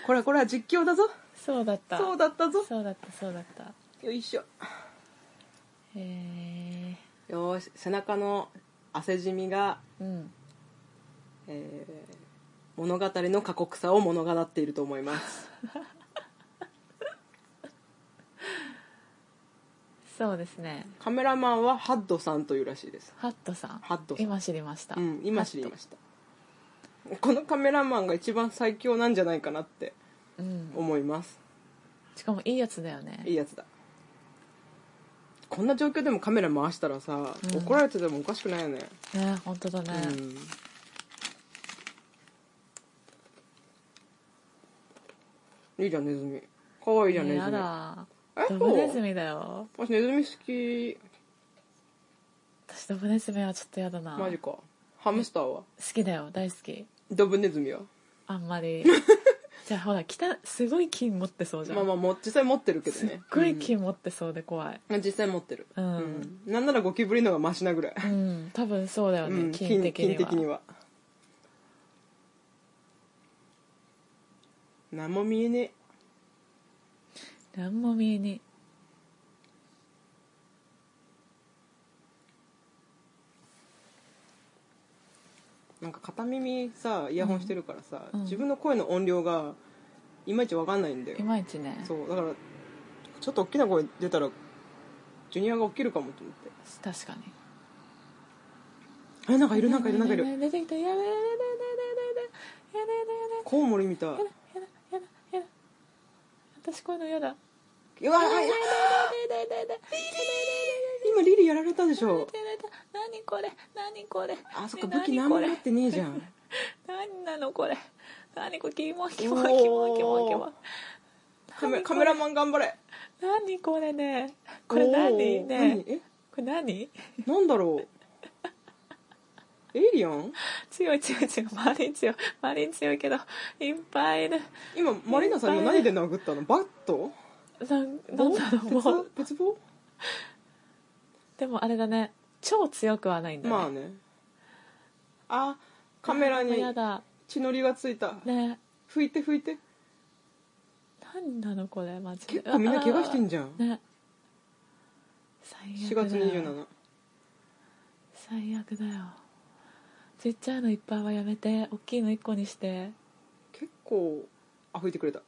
S2: これこれは実況だぞ
S1: そうだった
S2: そうだったぞ
S1: そうだったそうだった
S2: よいしょ
S1: へ
S2: よーし背中の汗じみが、
S1: えうん
S2: えー物語の過酷さを物語っていると思います
S1: そうですね
S2: カメラマンはハッドさんというらしいです
S1: ハットさん
S2: ハッドさん
S1: 今知りました
S2: うん今知りましたこのカメラマンが一番最強なんじゃないかなって
S1: たうん
S2: 思います
S1: しかもいいやつだよ
S2: い
S1: ね
S2: いやつだこんな状況でもカメラ回したらさ、怒られててもおかしくないよね
S1: ね本当だね
S2: うんいいじゃんネズミかわいいじゃんネ
S1: ね
S2: ズ
S1: や
S2: ミ
S1: だ
S2: え
S1: ド
S2: そ
S1: ブ
S2: う
S1: ネズミだよ
S2: 私ネズミ好き
S1: 私ドブネズミはちょっとやだな
S2: マジかハムスターは
S1: 好きだよ大好き
S2: ドブネズミは
S1: あん まりじゃあほら汚すごい金持ってそうじゃん、
S2: まあまあもう実際持ってるけど
S1: すっ
S2: ね
S1: ごい金持ってそうで怖い
S2: うん実際持ってる
S1: うん、う
S2: うんんなんならゴキブリの方がマシなぐらい
S1: 多分そうだよね、
S2: うん
S1: 金的には
S2: 金的には何も見えね
S1: 何も見えねえ
S2: えなんか片耳さイヤホンしてるからさ、
S1: うん
S2: 自分の声の音量がいまいちわかんないんだよ
S1: いまいちね
S2: そうだからちょっと大きな声出たらジュニアが起きるかもと思って
S1: 確かに
S2: あなんかいるなんかいるなんかいる
S1: 出てきたやだやだやだやだやだやだやだやだ
S2: コウモリみたい
S1: だやだやだやだ私こういうのやだ
S2: うわあや今リリやられたでしょ
S1: 何これ何これ
S2: あそっか武器何も持ってねえじゃん
S1: 何なのこれ何これキモいキ
S2: モ
S1: モ
S2: い
S1: いキ
S2: キ
S1: モ
S2: モ
S1: い
S2: い
S1: キ
S2: キ
S1: モ
S2: モい
S1: いキ
S2: キ
S1: モ
S2: モ
S1: い
S2: いカメカメラマン頑張れ
S1: 何これねこれ何
S2: おー
S1: ね
S2: 何
S1: これ何
S2: えなんだろうエイリアン
S1: 強い強い強いマリン強いマリン強いけどいっぱいいる
S2: 今マリナさんが何で殴ったのバット
S1: なんなんだろ
S2: 棒
S1: うもう
S2: 鉄鉄棒
S1: でもあれだね超強くはないんだね、
S2: まあねあカメラ
S1: もう
S2: に
S1: やだ
S2: 血のりがついた
S1: ね
S2: 拭いて拭いて
S1: 何なのこれマジで
S2: 結構みんな怪我してんじゃん
S1: うわね最
S2: 4
S1: 悪だ
S2: 月27
S1: 最悪だよちっちゃいのいっぱいはやめて大きいの一個にして
S2: 結構あ拭いてくれた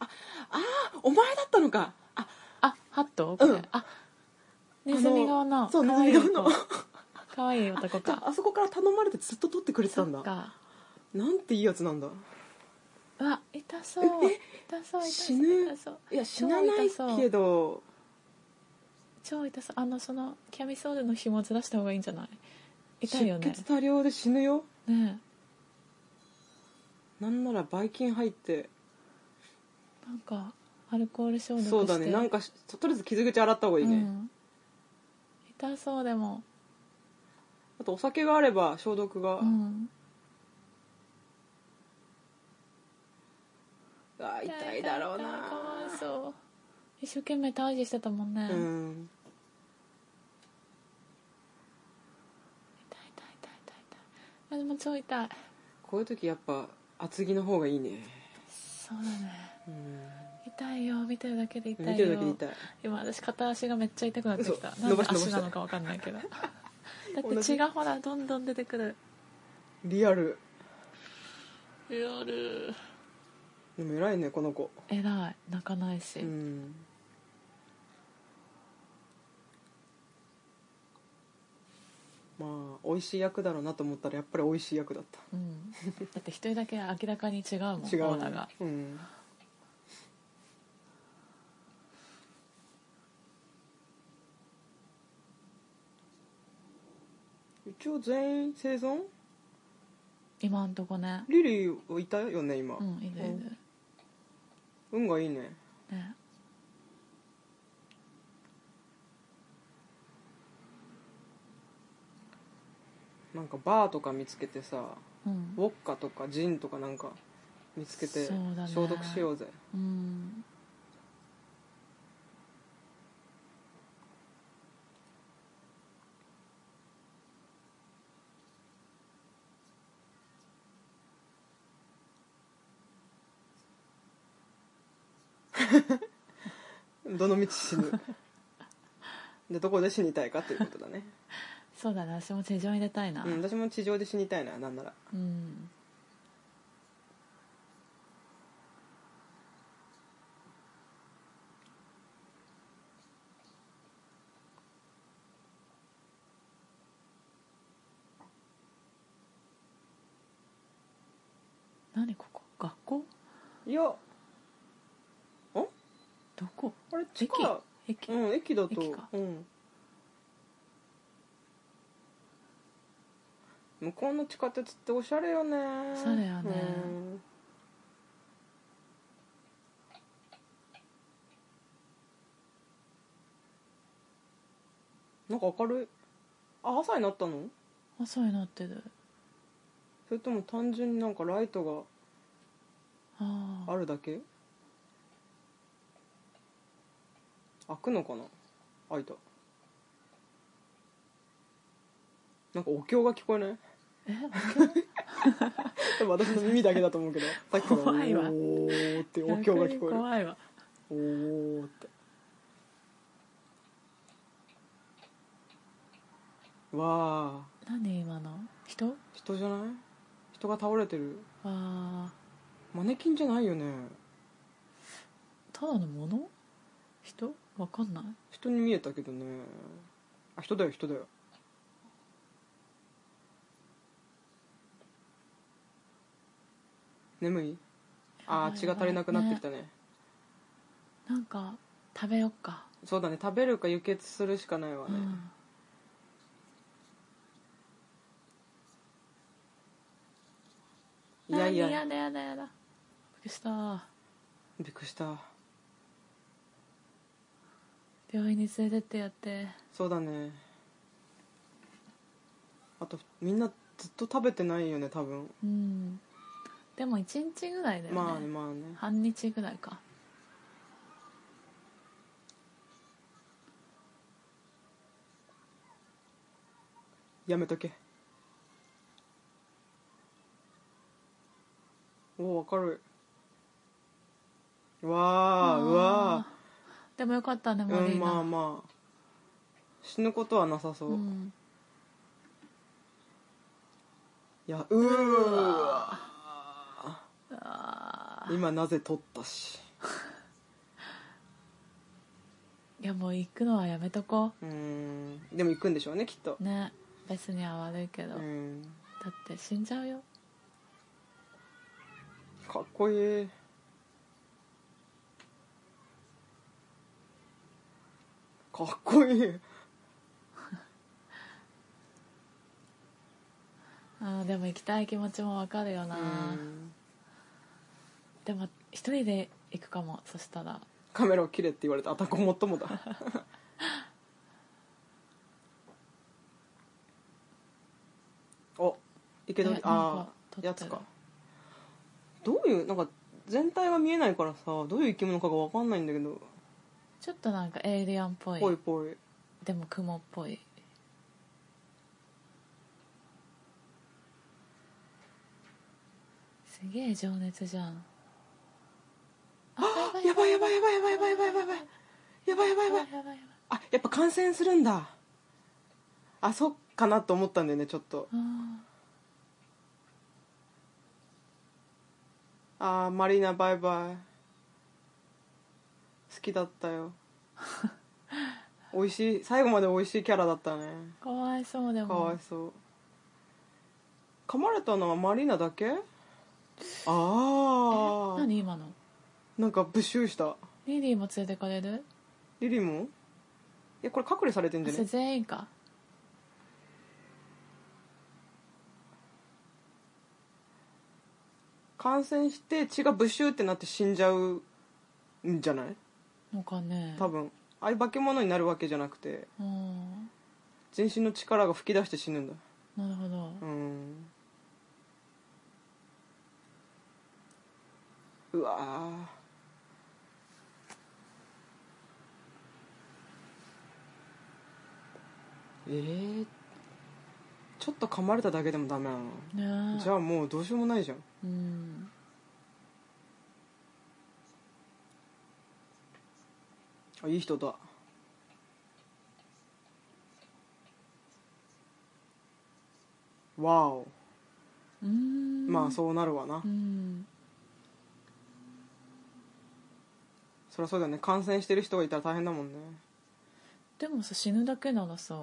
S2: ああーお前だったのかあ
S1: あハットこれ、
S2: うん
S1: あネズミ顔の
S2: そう
S1: 可愛い
S2: ネズミ顔の
S1: 子可愛い男
S2: じゃあ
S1: か
S2: あそこから頼まれてずっと取ってくれてたん
S1: そ
S2: だ
S1: っか
S2: なんていいやつなんだ
S1: うわ痛そう痛そう痛そう
S2: 死ぬ
S1: 痛そう
S2: いや死なないけど
S1: 超痛そうあのそのキャミソールの紐ずらした方がいいんじゃない痛いよ
S2: 出
S1: ね
S2: 血多量で死ぬよ
S1: ね
S2: なんならばい菌入って
S1: えなんかアルコール消毒して
S2: そうだねなんかしととりあえず傷口洗った方がいいうね
S1: ん痛そうでも
S2: あとお酒があれば消毒が
S1: うん
S2: あー痛いだろう
S1: か
S2: な
S1: わいそう一生懸命退治してたもんね、
S2: う
S1: 痛い
S2: ん
S1: 痛い痛い痛い痛いあでも超痛い
S2: こういう時やっぱ厚着の方がいいね
S1: そうだね
S2: うん
S1: 痛いよ見てるだけで痛いよ
S2: 見てるだけで痛い
S1: 今私片足がめっちゃ痛くなってきた
S2: 嘘
S1: なん
S2: 伸
S1: で
S2: ばして
S1: 足なのか分かんない けどだって
S2: 同じ
S1: 血がほらどんどん出てくる
S2: リアル
S1: リアル
S2: でも偉いねこの子
S1: 偉い泣かないし、
S2: うんまあ美味しい役だろうなと思ったらやっぱり美味しい役だった
S1: うんだって一人だけ明らかに違うもん
S2: 違う
S1: オーラが
S2: うん一応全員生存
S1: 今んとこね
S2: リリーはいたよね今、
S1: うんいるいる、
S2: 運がいいね
S1: ね
S2: なんかバーとか見つけてさ
S1: うん
S2: ウォッカとかジンとかなんか見つけて
S1: そうだね
S2: 消毒しようぜ
S1: うん
S2: どの道死 ぬでどこで死にたいかということだね、
S1: そうだね私も手錠入れたいな
S2: うん、私も地上で死にたいななんなら
S1: うん何ここ学校
S2: いや
S1: どこ
S2: あれ地下
S1: 駅
S2: うん駅だと
S1: 駅か
S2: うん向こうの地下鉄っておしゃれよねお
S1: おしゃれよね
S2: なんか明るいあ朝になったの
S1: 朝になってる
S2: それとも単純になんかライト
S1: あ
S2: が
S1: あ
S2: あるだけ開くのかな開いたなんかお経が聞こえない
S1: え
S2: 多分私の耳だけだと思うけどさっきから「お
S1: 怖いわ
S2: ー」って
S1: 逆
S2: お
S1: に
S2: 経が聞こえる
S1: 怖いわ
S2: 「おー」ってわあ
S1: 何今の人
S2: 人じゃない人が倒れてる
S1: ああ
S2: マネキンじゃないよね
S1: ただのもの人わかんない
S2: 人に見えたけどねあ人だよ人だよ眠いあ
S1: や
S2: ー
S1: ばい
S2: 血が足りなくなってきたね
S1: なんか食べよっか、
S2: そうだね食べるか輸血するしかないわ
S1: う
S2: ね、
S1: ん、
S2: いやい
S1: 何
S2: や
S1: やだやだやだびっくりした
S2: びっくりした
S1: 病院に連れてってやって
S2: そうだねあとみんなずっと食べてないよね多分
S1: うんでも1日ぐらいだよね,、
S2: まあねまあね
S1: 半日ぐらいか
S2: やめとけおお明るいわあうわ
S1: でもよかったね
S2: あ
S1: マ
S2: う
S1: リー
S2: ん
S1: ナ、
S2: まあまあ死ぬことはなさそう、
S1: う
S2: い
S1: ん
S2: やうーわ
S1: あ
S2: 今なぜ取ったし
S1: ーいやもう行くのはやめとこ
S2: うーんでも行くんでしょうねきっと
S1: うね別には悪いけど、
S2: う
S1: だ
S2: ん
S1: って死んじゃうよ
S2: かっこいいかっこいい
S1: あーでも行きたい気持ちもわかるよな、
S2: うん
S1: でも一人で行くかもそしたら
S2: カメラを切れって言われたあたこもっと もだお池
S1: え
S2: 取
S1: なん
S2: り
S1: か
S2: あ
S1: 撮
S2: あ
S1: ってる
S2: やつかどういうなんか全体が見えないからさどういう生き物かが分かんないんだけど
S1: ちょっとなんかエイリアンっぽい
S2: ぽいぽい
S1: でも雲っぽいすげえ情熱じゃんあ
S2: やばいやばいやばいやばいやばいやばいやばいやばいやばいやばいやばい
S1: やばいやばい
S2: あやっぱ感染するんだあそっかなと思ったんだよねちょっとあ
S1: あ
S2: ーマリーナバイバイ好きだった よ美味しい最後まで美味しいキャラだったね
S1: ーかわいそうで
S2: かわ
S1: も
S2: いそう噛まれたのはマリーナだけああ
S1: 何今の
S2: なんかブシューした
S1: リリーも連れてかれる
S2: リリもえこれ隔離されてんじ
S1: あ
S2: ゃ
S1: そ
S2: ね
S1: れ全員か
S2: 感染して血がブシューってなって死んじゃうんじゃない
S1: のかね
S2: 多分ああいう化け物になるわけじゃなくて
S1: うん
S2: 全身の力が吹き出して死ぬんだ
S1: なるほど
S2: うんうわーえー、ちょっと噛まれただけでもダメなの
S1: ね
S2: じゃあもうどうしようもないじゃん
S1: うん
S2: あいい人だわお
S1: うーん
S2: まあそうなるわな、
S1: うん
S2: そりゃそうだよね感染してる人がいたら大変だもんね
S1: でもさ死ぬだけならさ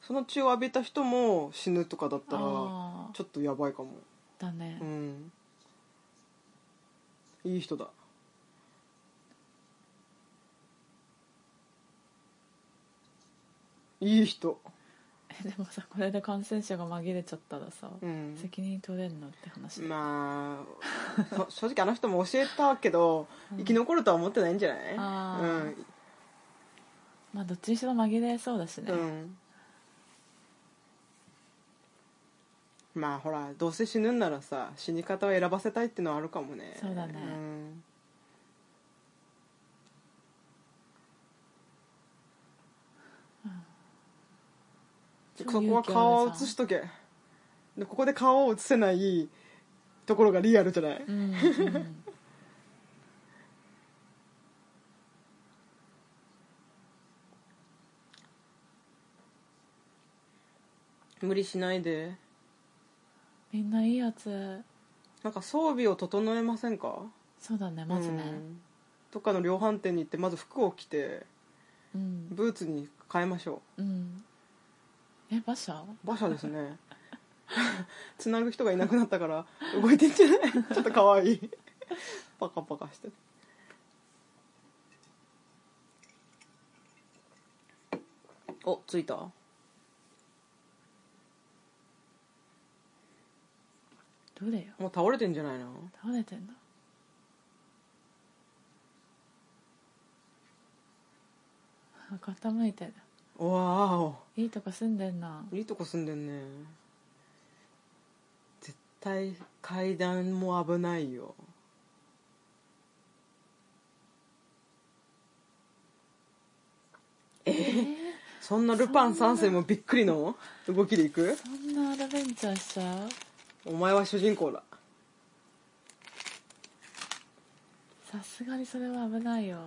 S2: その血を浴びた人も死ぬとかだったら
S1: あー
S2: ちょっとやばいかも
S1: だね
S2: うんいい人だいい人
S1: え でもさこれで感染者が紛れちゃったらさ、
S2: うん
S1: 責任取れんのって話だよ、
S2: まあそ 正直あの人も教えたけど生き残るとは思ってないんじゃない
S1: あ
S2: う
S1: ー
S2: ん
S1: まあどっちにしろ紛れそうだしね、
S2: うんまあほらどうせ死ぬんならさ死に方を選ばせたいってのはあるかもね
S1: そうだね
S2: ん
S1: 超
S2: そこ
S1: 勇
S2: は
S1: 気ある
S2: 顔を映
S1: じゃん
S2: しとけでここで顔を映せないところがリアルじゃない、
S1: うんうん
S2: 無理しないで
S1: みんないいやつ
S2: なんか装備を整えませんか
S1: そうだねまずね
S2: うんどっかの量販店に行ってまず服を着て
S1: うん
S2: ブーツに変えましょ
S1: うん、え馬車
S2: う馬車ですねつなぐ人がいなくなったから動いてんじゃないちょっとかわいいパカパカして
S3: お、ついた。
S1: どれよ
S2: もう倒れてんじゃないの
S1: 倒れてんだあ傾いてる
S2: わー
S1: いいとこ住んでんな
S2: おいいとこ住んでんね絶対階段も危ないよえそんなルパン三世もびっくりの動きでいく
S1: そんなアドベンチャーしちゃう
S2: お前は主人公だ
S1: さすがにそれは危ないよ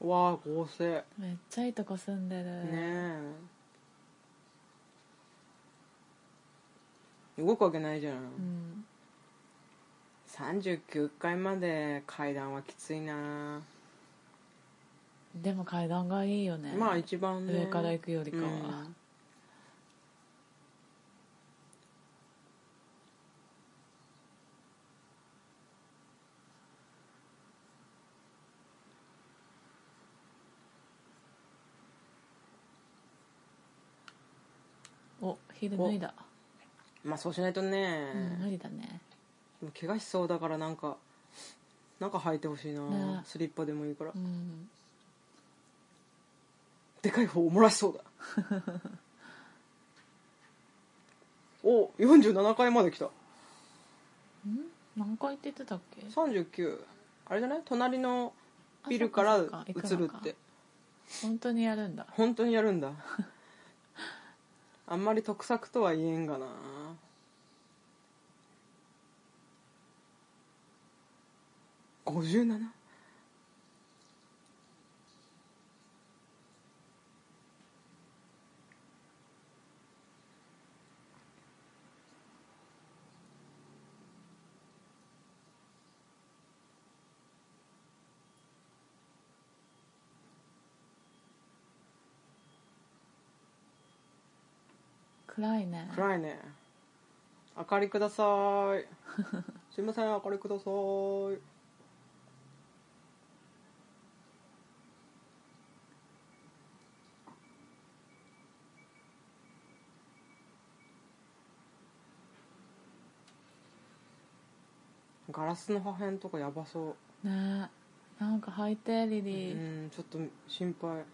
S2: わあ合成ね
S1: めっちゃいいとこ住んでる
S2: え動くわけないじゃん
S1: うん
S2: 39階まで階段はきついな、
S1: でも階段がいいよね
S2: まあ一番ね
S1: 上から行くよりかは、
S2: うん
S1: おヒール脱いだ、
S2: まあそうしないとね、
S1: うん、無理だね
S2: でも怪我しそうだからなんかなんか履いてほしいな、
S1: ね
S2: スリッパでもいいから、
S1: うん
S2: でかい方を漏らしそうだお47階まで来た
S1: 何階って言ってたっけ
S2: 39あれじゃない隣のビルから
S1: あ
S2: 移
S1: そっかそっ
S2: る
S1: か行くの
S2: っ
S1: か
S2: て
S1: 本当にやるんだ
S2: 本当にやるん だあんまり得策とは言えんがな57
S1: 暗いね
S2: 暗いね明かりくださいすいません明かりくださいガラスの破片とかやばそう
S1: ねえなんか履いてリ
S2: う
S1: リー、
S2: んちょっと心配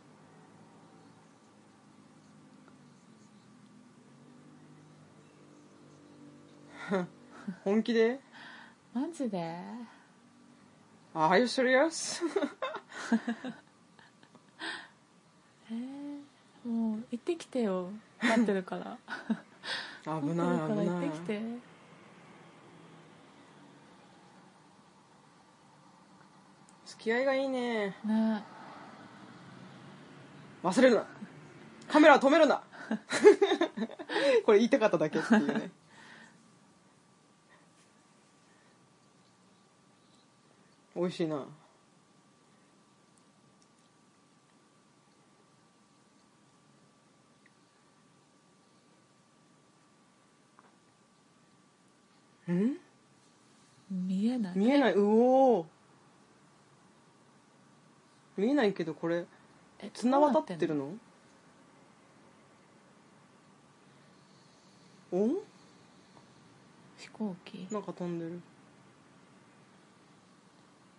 S2: ふん本気で
S1: マジで
S2: Are you serious?
S1: えー、もう行ってきてよ待ってるから
S2: 危
S1: 待ってる
S2: ない
S1: から
S2: 危
S1: 行
S2: な
S1: っ
S2: い
S1: てきて
S2: 付き合いがいいね
S1: ね
S2: 忘れるなカメラは止めるな これ言いたかっただけっていうね美味しいなうん
S1: 見えない
S2: 見えないうおー見えないけどこれ
S1: え
S2: 綱渡ってる
S1: の
S2: のお
S1: 飛行機
S2: なんか飛んでる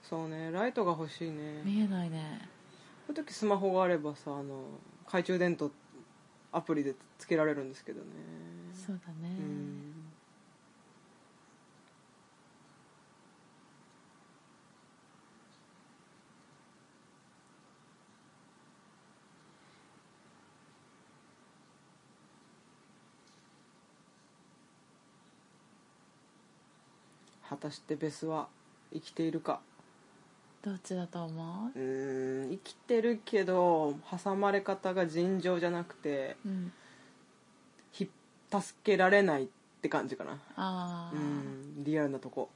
S2: そうねライトが欲しいね
S1: 見えないね
S2: こういう時スマホがあればさあの懐中電灯アプリでつけられるんですけどね
S1: そうだね、
S2: うん果たしてベスは生きているか
S1: どっちだと思
S2: うーん生きてるけど挟まれ方が尋常じゃなくて
S1: ううん
S2: ひ助けられないって感じかな
S1: ああ、
S2: うんリアルなとこ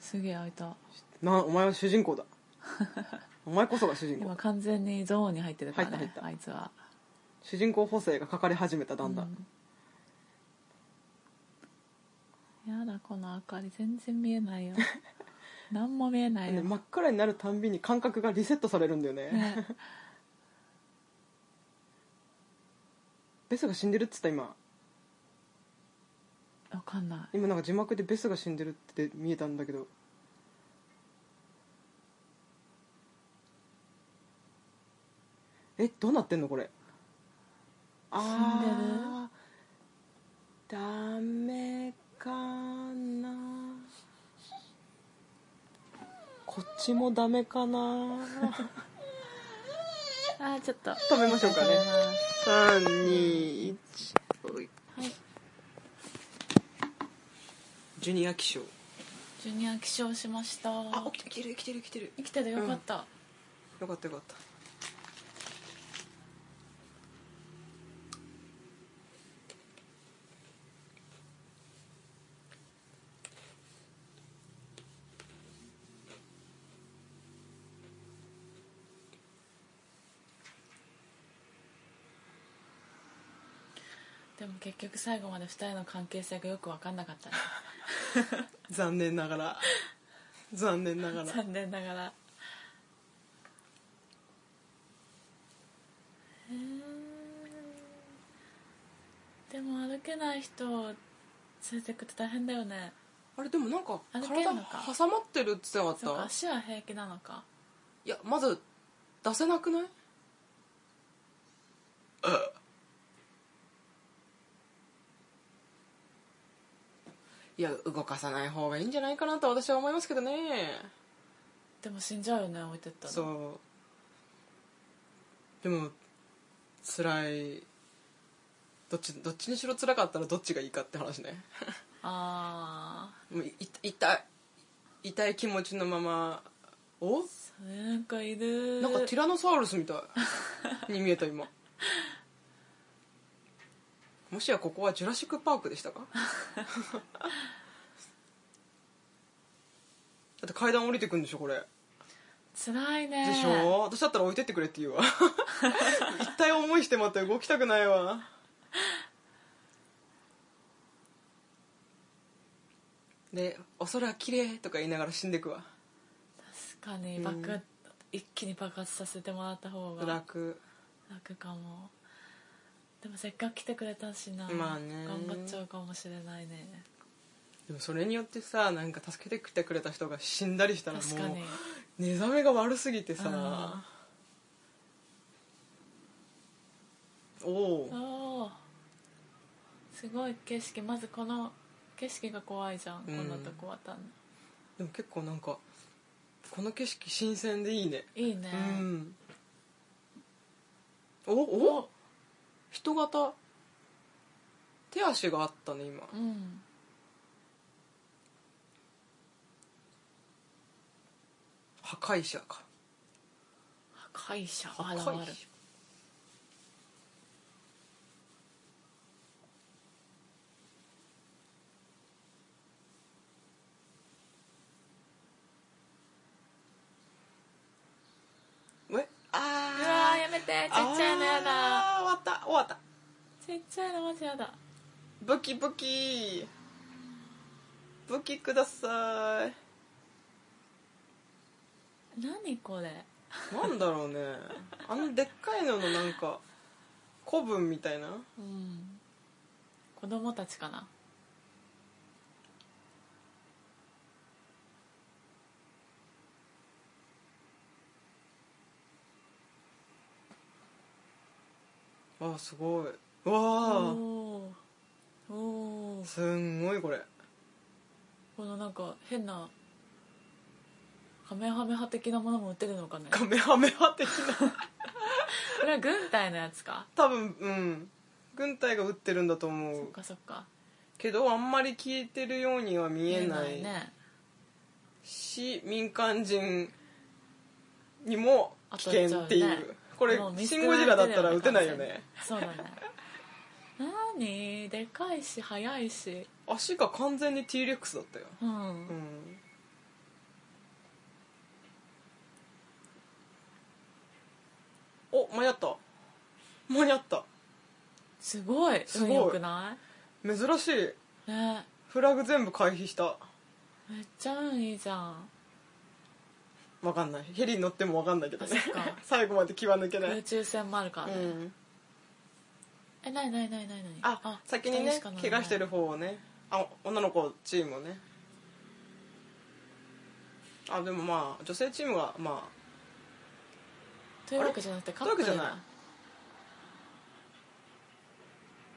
S1: すげえ開いた
S2: なお前は主人公だお前こそが主人公
S1: 今完全にゾーンに入ってるからね
S2: 入った入った
S1: あいつは
S2: 主人公補正がかかり始めただんだん、
S1: うんやだこの明かり全然見えない よ何も見えないよ、
S2: 真っ暗になるたんびに感覚がリセットされるんだよね
S1: ね
S2: ベスが死んでるっつった今
S1: わかんない
S2: 今なんか字幕でベスが死んでるって見えたんだけどえどうなってんのこれあーダメかなこっちもダメかな
S1: あーちょっと
S2: 止めましょうかね
S1: 止めます
S3: 321はい
S1: はい
S2: ジュニア気象
S1: ジュニア起床しました
S2: あ起きてる生きてる生きてる
S1: 生きててよかった、
S2: よかったよかった
S1: でも結局最後まで2人の関係性がよく分かんな かったね
S2: 残念ながら残念ながら
S1: 残念ながらへーでも歩けない人を連れてくって大変だよね
S2: あれでもなんか
S1: 歩けん
S2: 体
S1: のか
S2: 挟まってるっつってなかっ
S1: そうか
S2: た
S1: 足は平気なのか
S2: いやまず出せなくないいや動かさない方がいいんじゃないかなと私は思いますけどね
S1: でも死んじゃうよね置いてったら
S2: そうでも辛いどっちどっちにしろ辛かったらどっちがいいかって話ね
S1: あ
S2: もうい痛い痛い気持ちのままお
S1: ーなんかいる
S2: なんかティラノサウルスみたいに見えた今もしやここはジュラシック・パークでしたか だって階段降りてくんでしょこれ
S1: 辛いね
S2: でしょ私だったら置いてってくれって言うわ 一体思いしてまた動きたくないわで「お空きれい」とか言いながら死んでくわ
S1: 確かに爆、一気に爆発させてもらった方が
S2: 楽
S1: 楽かもでもせっかく来てくれたしな、
S2: まあね
S1: 頑張っちゃうかもしれないね
S2: でもそれによってさなんか助けてきてくれた人が死んだりしたらも
S1: 確かに
S2: う寝覚めが悪すぎてさおおう
S1: おーすごい景色まずこの景色が怖いじゃん、
S2: うん
S1: こんなとこ渡んの
S2: でも結構なんかこの景色新鮮でいいね
S1: いいね、
S2: うんおお人型手足があったね今
S1: うん
S2: 破壊者か
S1: 破壊者
S2: 破
S1: 現
S2: 壊
S1: る
S2: 者えあー
S1: うわーやめてちっちゃいのやだ
S2: あー終わった終わった
S1: ちっちゃいのマジやだ
S2: 武器武器武器ください
S1: 何これ
S2: なんだ ろうねあのでっかいののなんか古文みたいな
S1: うん子供たちかな
S2: あーすごいうわー
S1: おーおー
S2: すんごいこれ
S1: このなんか変なカメハメハ的なものも売ってるのかね
S2: カメハメハ的な
S1: これは軍隊のやつか
S2: 多分うん軍隊が撃ってるんだと思
S1: そっ
S2: う
S1: かそっか
S2: けどあんまり聞いてるようには見えない
S1: ね
S2: し民間人にも危険っていう
S1: 当たっちゃうね
S2: これ
S1: もう
S2: 「
S1: 見捨
S2: シ
S1: て
S2: ン・ゴ
S1: られ
S2: ジ
S1: てる
S2: ラ」
S1: よ
S2: だったら撃てないよね
S1: 完全にそうだねなにでかいし速いし
S2: 足が完全に T レックスだったよ
S1: うん、
S2: うんお間に合った間に合った
S1: すごい
S2: すごい
S1: 運良くな
S2: 珍しい
S1: いね
S2: フラグ全部回避した
S1: めっちゃ運いいじゃん
S2: わかんないヘリに乗ってもわかんないけどね
S1: あそっか
S2: 最後まで気は抜けない
S1: 空、中戦もあるからね、
S2: うん、
S1: えないないないないない
S2: あ先にね怪我してる
S1: る
S2: 方をねあ女の子チームをねあでもまあ女性チームがまあ
S1: というわけじゃなくてカップル
S2: というわ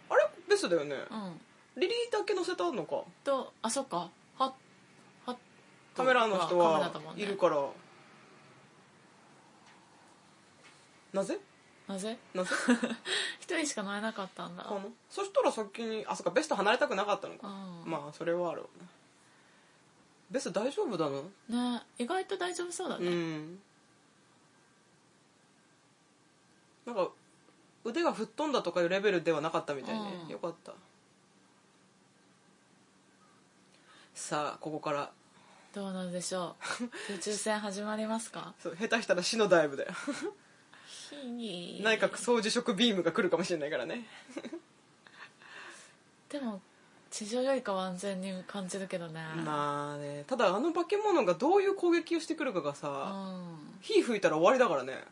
S2: けあれベストだよね、
S1: じゃないうん
S2: リリーだけ乗せたのか
S1: とあそっかはは
S2: カメラの人
S1: カメラだも
S2: は
S1: んね
S2: いるから、なぜ
S1: なぜ
S2: な ぜ
S1: 一人しか乗れなかったんだ
S2: かなそしたら先にあそっかベスト離れたくなかったのか
S1: うん
S2: まあそれはあるわねベスト大丈夫だな
S1: ね意外と大丈夫そうだ
S2: う
S1: ね、
S2: んなんか腕が吹っ飛んだとかいうレベルではなかったみたいね、
S1: うん
S2: よかったさあここから
S1: どうなんでしょ う空中戦始まりますか
S2: そう下手したら死のダイブだよ内
S1: 内
S2: 閣総辞職ビームが来るかもしれないからね
S1: でも地上よりかは安全に感じるけどね
S2: まあねただあの化け物がどういう攻撃をしてくるかが
S1: う
S2: さ、
S1: ん
S2: 火吹いたら終わりだからね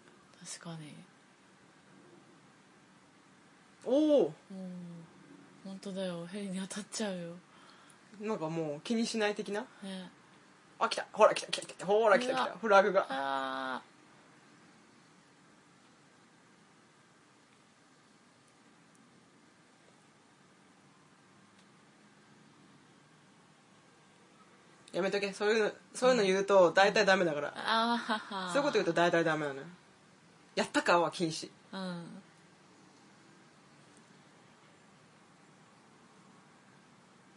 S1: 確かに
S2: おお
S1: うん本当だよヘリに当たっちゃうよ
S2: なんかもう気にしない的な
S1: ね
S2: あ来たほら来た来た来たほら来た来
S1: う
S2: た
S1: わ
S2: フラグが
S1: あ
S2: やめとけそういうのそういうの言うと大体ダメだか
S1: ー
S2: ら、
S1: あーはは
S2: そういうこと言うと大体ダメなのよやったかは禁止
S1: うん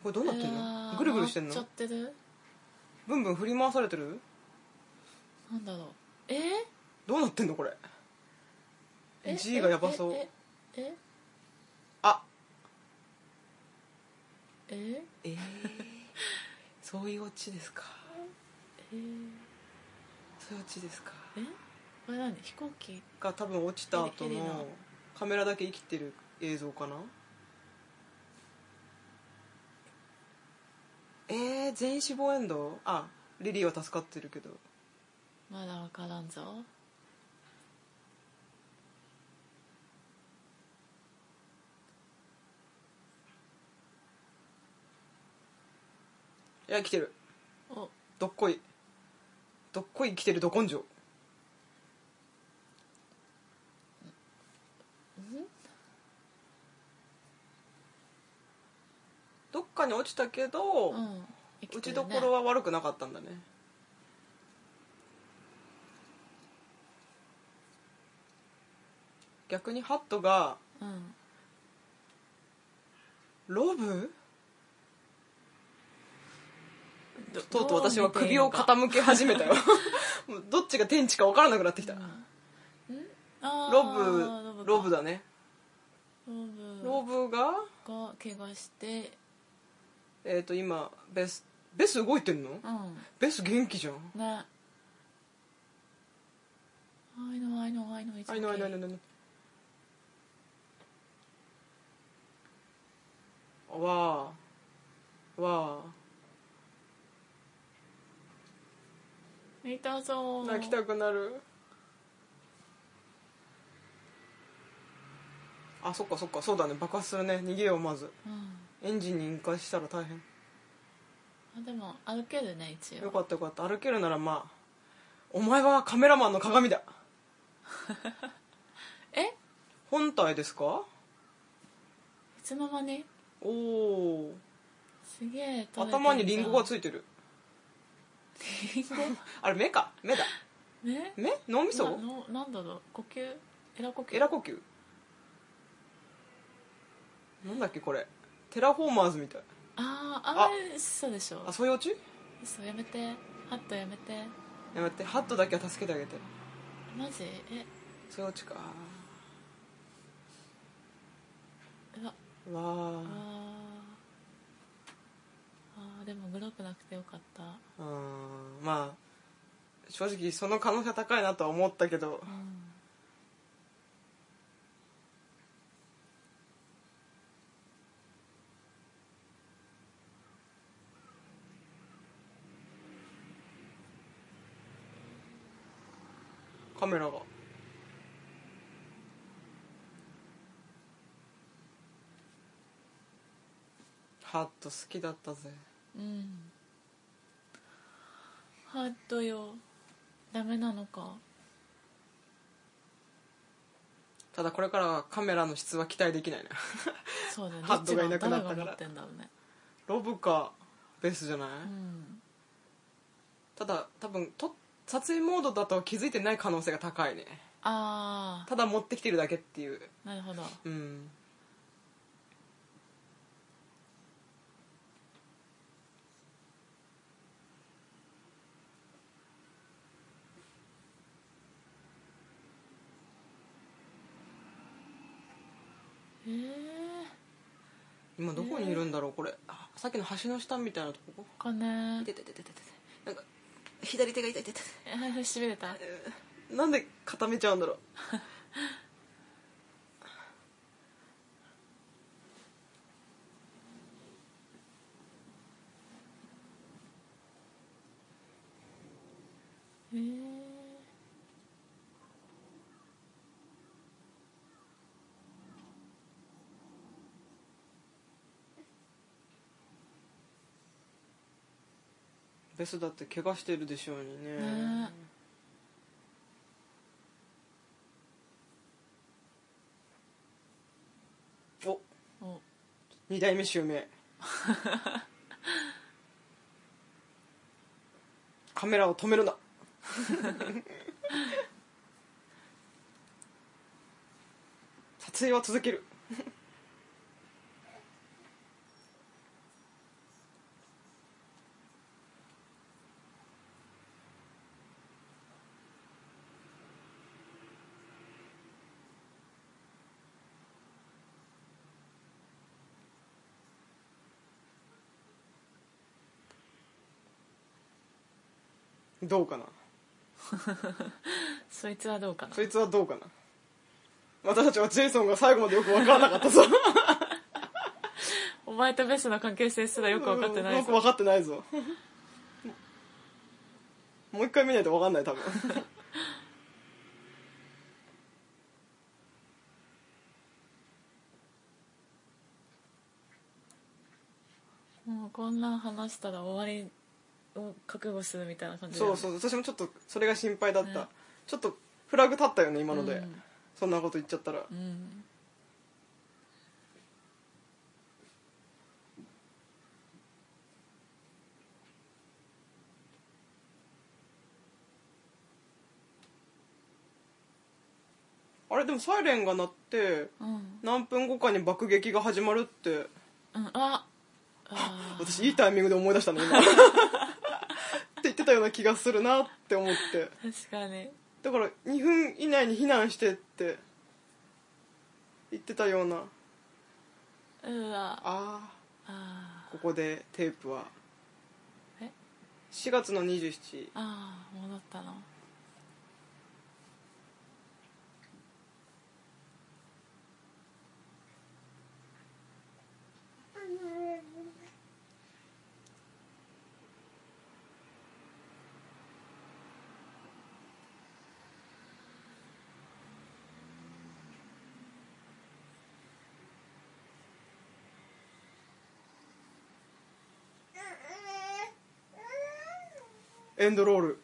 S2: これどうなってん
S1: うわ
S2: の
S1: ー
S2: ぐるぐるしてんの
S1: 回っちゃってる
S2: ブンブン振り回されてる
S1: なんだろうえー
S2: どうなってんのこれ
S1: え
S2: G がやばそう
S1: えええ
S2: あ
S1: ええ
S2: えー、そういうオチですか
S1: え
S2: そういうオチですか
S1: えこれ何飛行機
S2: が多分落ちた後
S1: ヘリヘリ
S2: の
S1: の
S2: カメラだけ生きてる映像かなえー、全員死亡エンドあリリーは助かってるけど
S1: まだわからんぞ
S2: いや生きてる
S1: お
S2: どっこいどっこい生きてるど根性どっかに落ちたけど、
S1: うん生
S2: 打
S1: きて
S2: ち
S1: る
S2: ど
S1: ね
S2: ころは悪くなかったんだね逆にハットが
S1: うん
S2: ロブ
S1: ど
S2: とうとう私は
S1: どう見ていい
S2: 首を
S1: のか
S2: 傾け始めたよ もうどっちが天地か分からなくなってきた、
S1: あー
S2: ロブロブ
S1: だ
S2: だね
S1: ロブ
S2: ロブが、
S1: が怪我して
S2: えっ、と今ベスベス動いてんの、
S1: うん
S2: ベス元気じゃん
S1: ね I know I know I know it's
S2: あいのあい
S1: okay
S2: のあいのあいのわあわ
S1: いたぞ
S2: あ
S1: ー
S2: 泣きたくなるあそっかそっかそうだね爆発するね逃げようまず
S1: うん
S2: エンジンに引火したら大変
S1: あでも歩けるね一
S2: よ
S1: 応
S2: かったよかった歩けるならまあお前はカメラマンの鏡だ
S1: えい
S2: 本体ですか
S1: つの間に
S2: おお
S1: すげえ取れてるじゃん
S2: 頭にリンゴがついてる
S1: リン
S2: あれ目か目だ
S1: ゴね
S2: 目脳みそ
S1: なのなんだろう呼吸エラ呼吸
S2: エラ呼吸なんだっけこれテラフォーマーズみたい
S1: あーあれそうでしょ
S2: あそういうオチ
S1: そうやめてハットやめて
S2: やめてハットだけは助けてあげて
S1: マジえ
S2: そういうオチか
S1: うわ
S2: うわ
S1: あーあーでもグロくなくてよかった
S2: あうんまあ正直その可能性は高いなとは思ったけど
S1: うん
S2: カメラがハット好きだったぜ
S1: うんハットよダメなのか
S2: ただこれからはカメラの質は期待できな いな
S1: そうだね
S2: ハットがいなくなったから
S1: 一番誰が持ってんだろうね
S2: ロブかベースじゃない、
S1: うん
S2: ただ多分と撮影モードだと気づいてない可能性が高いね
S1: あ
S2: ただ持ってきてるだけっていう
S1: あなるほど
S2: うん
S1: えー、
S2: 今どこにいるんだろうこれあさっきの橋の下みたいなとこ
S1: かね
S3: 痛い痛い痛い痛い痛いなんか左手が痛い痛い痛い
S1: えしびれた
S2: なんで固めちゃうんだろう
S1: えー、
S2: ベスだって怪我してるでしょうにね
S1: ね
S2: お
S1: お
S2: 二代目襲 名カメラを止めるな 撮影は続けるどうかな
S1: そいつはどうかな
S2: そいつはどうかな私たちはジェイソンが最後までよく分からなか ったぞ
S1: お前とベスの関係性すらよく分かってない
S2: よく
S1: ぞ
S2: 分かってないぞもう一回見ないと分かんない 多分
S1: もうこんなん話したら終わりを覚悟するみたいな感じだ
S2: そ
S1: よ
S2: う
S1: ね
S2: そう私もちょっとそれが心配だった、
S1: ね
S2: ちょっとフラグ立ったよね今ので、
S1: うん
S2: そんなこと言っちゃったら、
S1: うん
S2: あれでもサイレンが鳴って
S1: うん
S2: 何分後かに爆撃が始まるって
S1: うんああ
S2: 私いいタイミングで思い出したの今って言ってたような気がするなって思って
S1: ー確かに
S2: だから2分以内に避難してって言ってたような
S1: うわ
S2: あ
S1: あ
S2: あここでテープは
S1: え
S2: 4月の27
S1: ーあー戻ったの
S2: エンドロール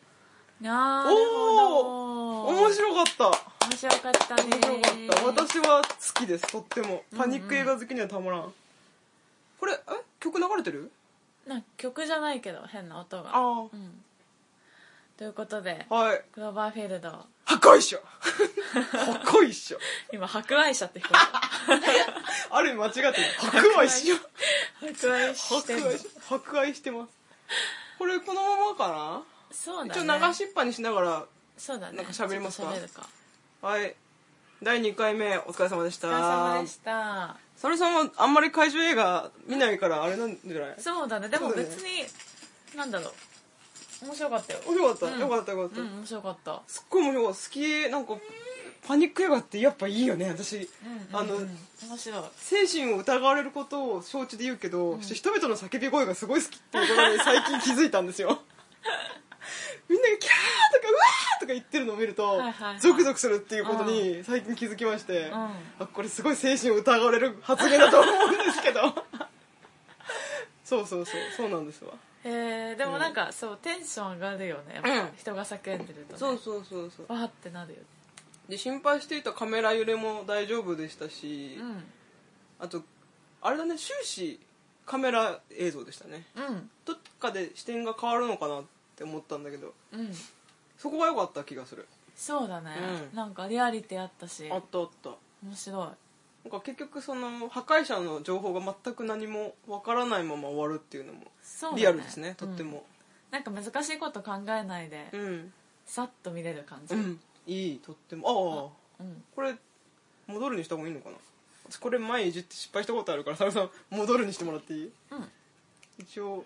S1: あーなるほど
S2: 面白かった
S1: 面白かったね
S2: 面白かった私は好きですとってもパニック映画好きにはたまらん、これえ曲流れてる
S1: なんか曲じゃないけど変な音が
S2: あ
S1: うんということで
S2: あはい
S1: クローバーフィールド
S2: 破壊 者破壊者
S1: 今博愛者って聞こえ
S2: ある意味間違って る白愛しよ
S1: た博愛して
S2: 白
S1: んの
S2: 愛し白愛してますこれこのままか
S1: そう
S2: な、
S1: だ
S2: 一応
S1: ね
S2: 流しっぱにしながら
S1: そうだね
S2: なんか喋りますか
S1: ちょっと喋るか
S2: はい第2回目お疲れ様でし
S1: お疲れ様
S2: た
S1: でした
S2: サルさんはあんまり怪獣映画見ないからあれなんじゃない
S1: そうだねでも
S2: そうだね
S1: 別になんだろう面白かったよ
S2: 面白かった、
S1: うん
S2: よかったよかった、
S1: うん面白かった
S2: すっごい面白かった好きなんかパニック映画ってやっぱいいよね私、あの
S1: 面白い
S2: 精神を疑われることを承知で言うけど、人々の叫び声がす ごい好きっていうことに最近気づいたんですよみんながキャーとかうわーとか言ってるのを見ると
S1: はいはいはい
S2: ゾクゾクするっていうことに最近気づきまして、
S1: ん
S2: あこれすごい精神を疑われる発言だと思うんですけどそうそうそうそうなんですわ
S1: えー、でもなんか、そうテンション上がるよねやっぱ
S2: うん
S1: 人が叫んでると、ね、
S2: そうそうそうそう
S1: わーってなるよね
S2: で心配していたカメラ揺れも大丈夫でしたし、あとあれだね終始カメラ映像でしたね
S1: うん
S2: どっかで視点が変わるのかなって思ったんだけど
S1: うんうん
S2: そこが良かった気がする
S1: そうだね、
S2: うん
S1: なんかリアリティあったし
S2: あったあった
S1: 面白い
S2: なんか結局その破壊者の情報が全く何もわからないまま終わるっていうのも
S1: そうだね
S2: リアルですねと
S1: う
S2: っ
S1: ん
S2: ても
S1: なんか難しいこと考えないで、
S2: うん、
S1: さっと見れる感じ、
S2: うんいいとってもああ
S1: うん
S2: これ戻るにした方がいいのかな私これ前いじって失敗したことあるからサルさん戻るにしてもらっていい
S1: うん
S2: 一応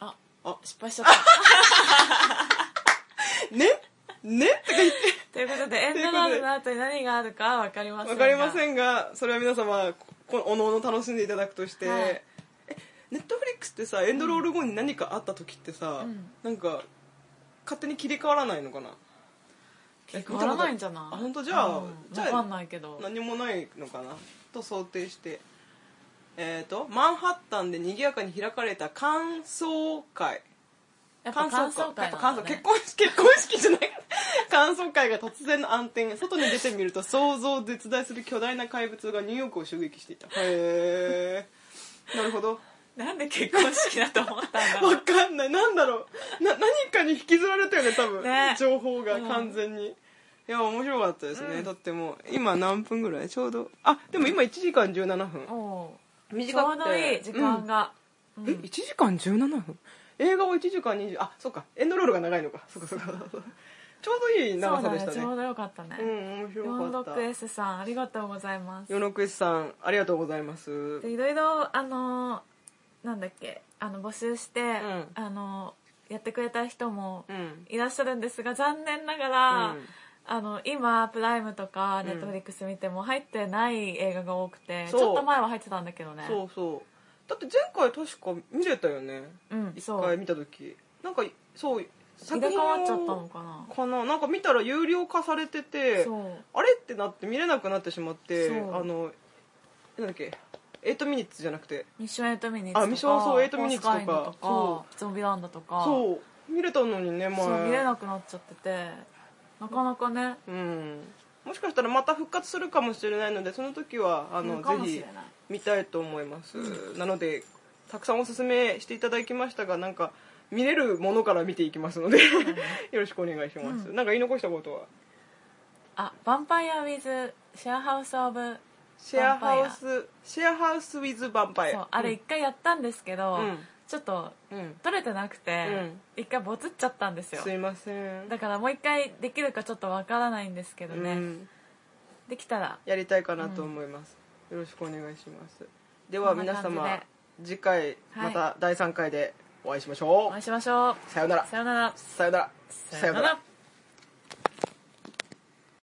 S1: あ
S2: あ
S1: 失敗し ちゃった
S2: ねねとか言って
S1: ということでエンドロールの後に何があるかわかりません
S2: わかりま
S1: ん
S2: せんがそれは皆様こおのおの楽しんでいただくとして、
S1: はい
S2: えネットフリックスってさエンドロール後に何かあった時ってさ、
S1: うん
S2: なんか勝手に切り替わらないのかな
S1: 結構わらないんじゃない
S2: あ本当じゃあ
S1: うん
S2: じゃあ
S1: わかんないけど
S2: 何もないのかなと想定してえっ、とマンハッタンで賑やかに開かれた感想会
S1: やっぱ感想
S2: や
S1: 会
S2: っぱ
S1: なん
S2: 感
S1: だ
S2: 想
S1: ね
S2: 結婚式 結婚式じゃない感想会が突然の暗転外に出てみると想像を絶大する巨大な怪物がニューヨークを襲撃していたへえなるほど
S1: なんで結婚式だと思ったんだろう
S2: わかんないなんだろうな何かに引きずられたよね多分
S1: ね
S2: 情報が完全に、いや面白かったですね、とっても今何分ぐらいちょうどあでも今1時間17分
S1: おうち
S2: 短
S1: ょ
S2: く
S1: う
S2: て
S1: どいい時間が、
S2: うんえ1時間17分映画は1時間20あそうかエンドロールが長いのかそうかそうかそうか ちょうどいい
S1: そ
S2: 長さ
S1: うだ
S2: で
S1: ね
S2: した
S1: ちょ
S2: ね
S1: うどよかったね、
S2: うん面白かった
S1: 46S さんありがとうございます
S2: 四六 S さんありがとうございます
S1: でいろいろあのーなんだっけあの募集して、
S2: ん
S1: あのーやってくれた人も
S2: うん
S1: いらっしゃるんですが残念ながら、
S2: うん
S1: あの今プライムとか
S2: ん
S1: ネットフリックス見ても入ってない映画が多くて、
S2: そう
S1: ちょっと前は入ってたんだけどね
S2: そうそうだって前回確か見れたよね
S1: うん
S2: 一
S1: そう
S2: 回見た時なんかそう
S1: 入れ替わっちゃったのかな
S2: かななんか見たら有料化されてて
S1: そう
S2: あれってなって見れなくなってしまって
S1: そう
S2: あのなんだっけ8ミニッツじゃなくて
S1: ミッションエイトミニッツとか
S2: あミッションそうエイトミニッツとか
S1: ホースラインドと
S2: そ
S1: ゾンビランドとか
S2: そう見れたのにね前
S1: そう見れなくなっちゃっててなかなかね
S2: うんもしかしたらまた復活するかもしれないのでその時はあ
S1: う
S2: の
S1: んかも
S2: ぜ
S1: しれ
S2: ひ
S1: ない
S2: 見たいと思います、なのでたくさんおすすめしていただきましたがなんか見れるものから見ていきますのでよろしくお願いします、なんか言い残したことは
S1: あヴァンパイア・ウィズ・シェアハウス・オブ
S2: シェアハウスシェアハウスウィズヴァンパイ
S1: そう
S2: ア
S1: あれ一回やったんですけど、
S2: うん
S1: ちょっと
S2: うん
S1: 取れてなくて
S2: うん
S1: 一、回ボツっちゃったんですよ
S2: すいません
S1: だからもう一回できるかちょっとわからないんですけどね、
S2: うん
S1: できたら
S2: やりたいかなと思います、よろしくお願いしますでは
S1: こんな
S2: 皆
S1: 感じで
S2: 様次回また第3回でお会いしましょう、
S1: お会いしましょ
S2: さようなら
S1: うさよなら
S2: さよならさよなら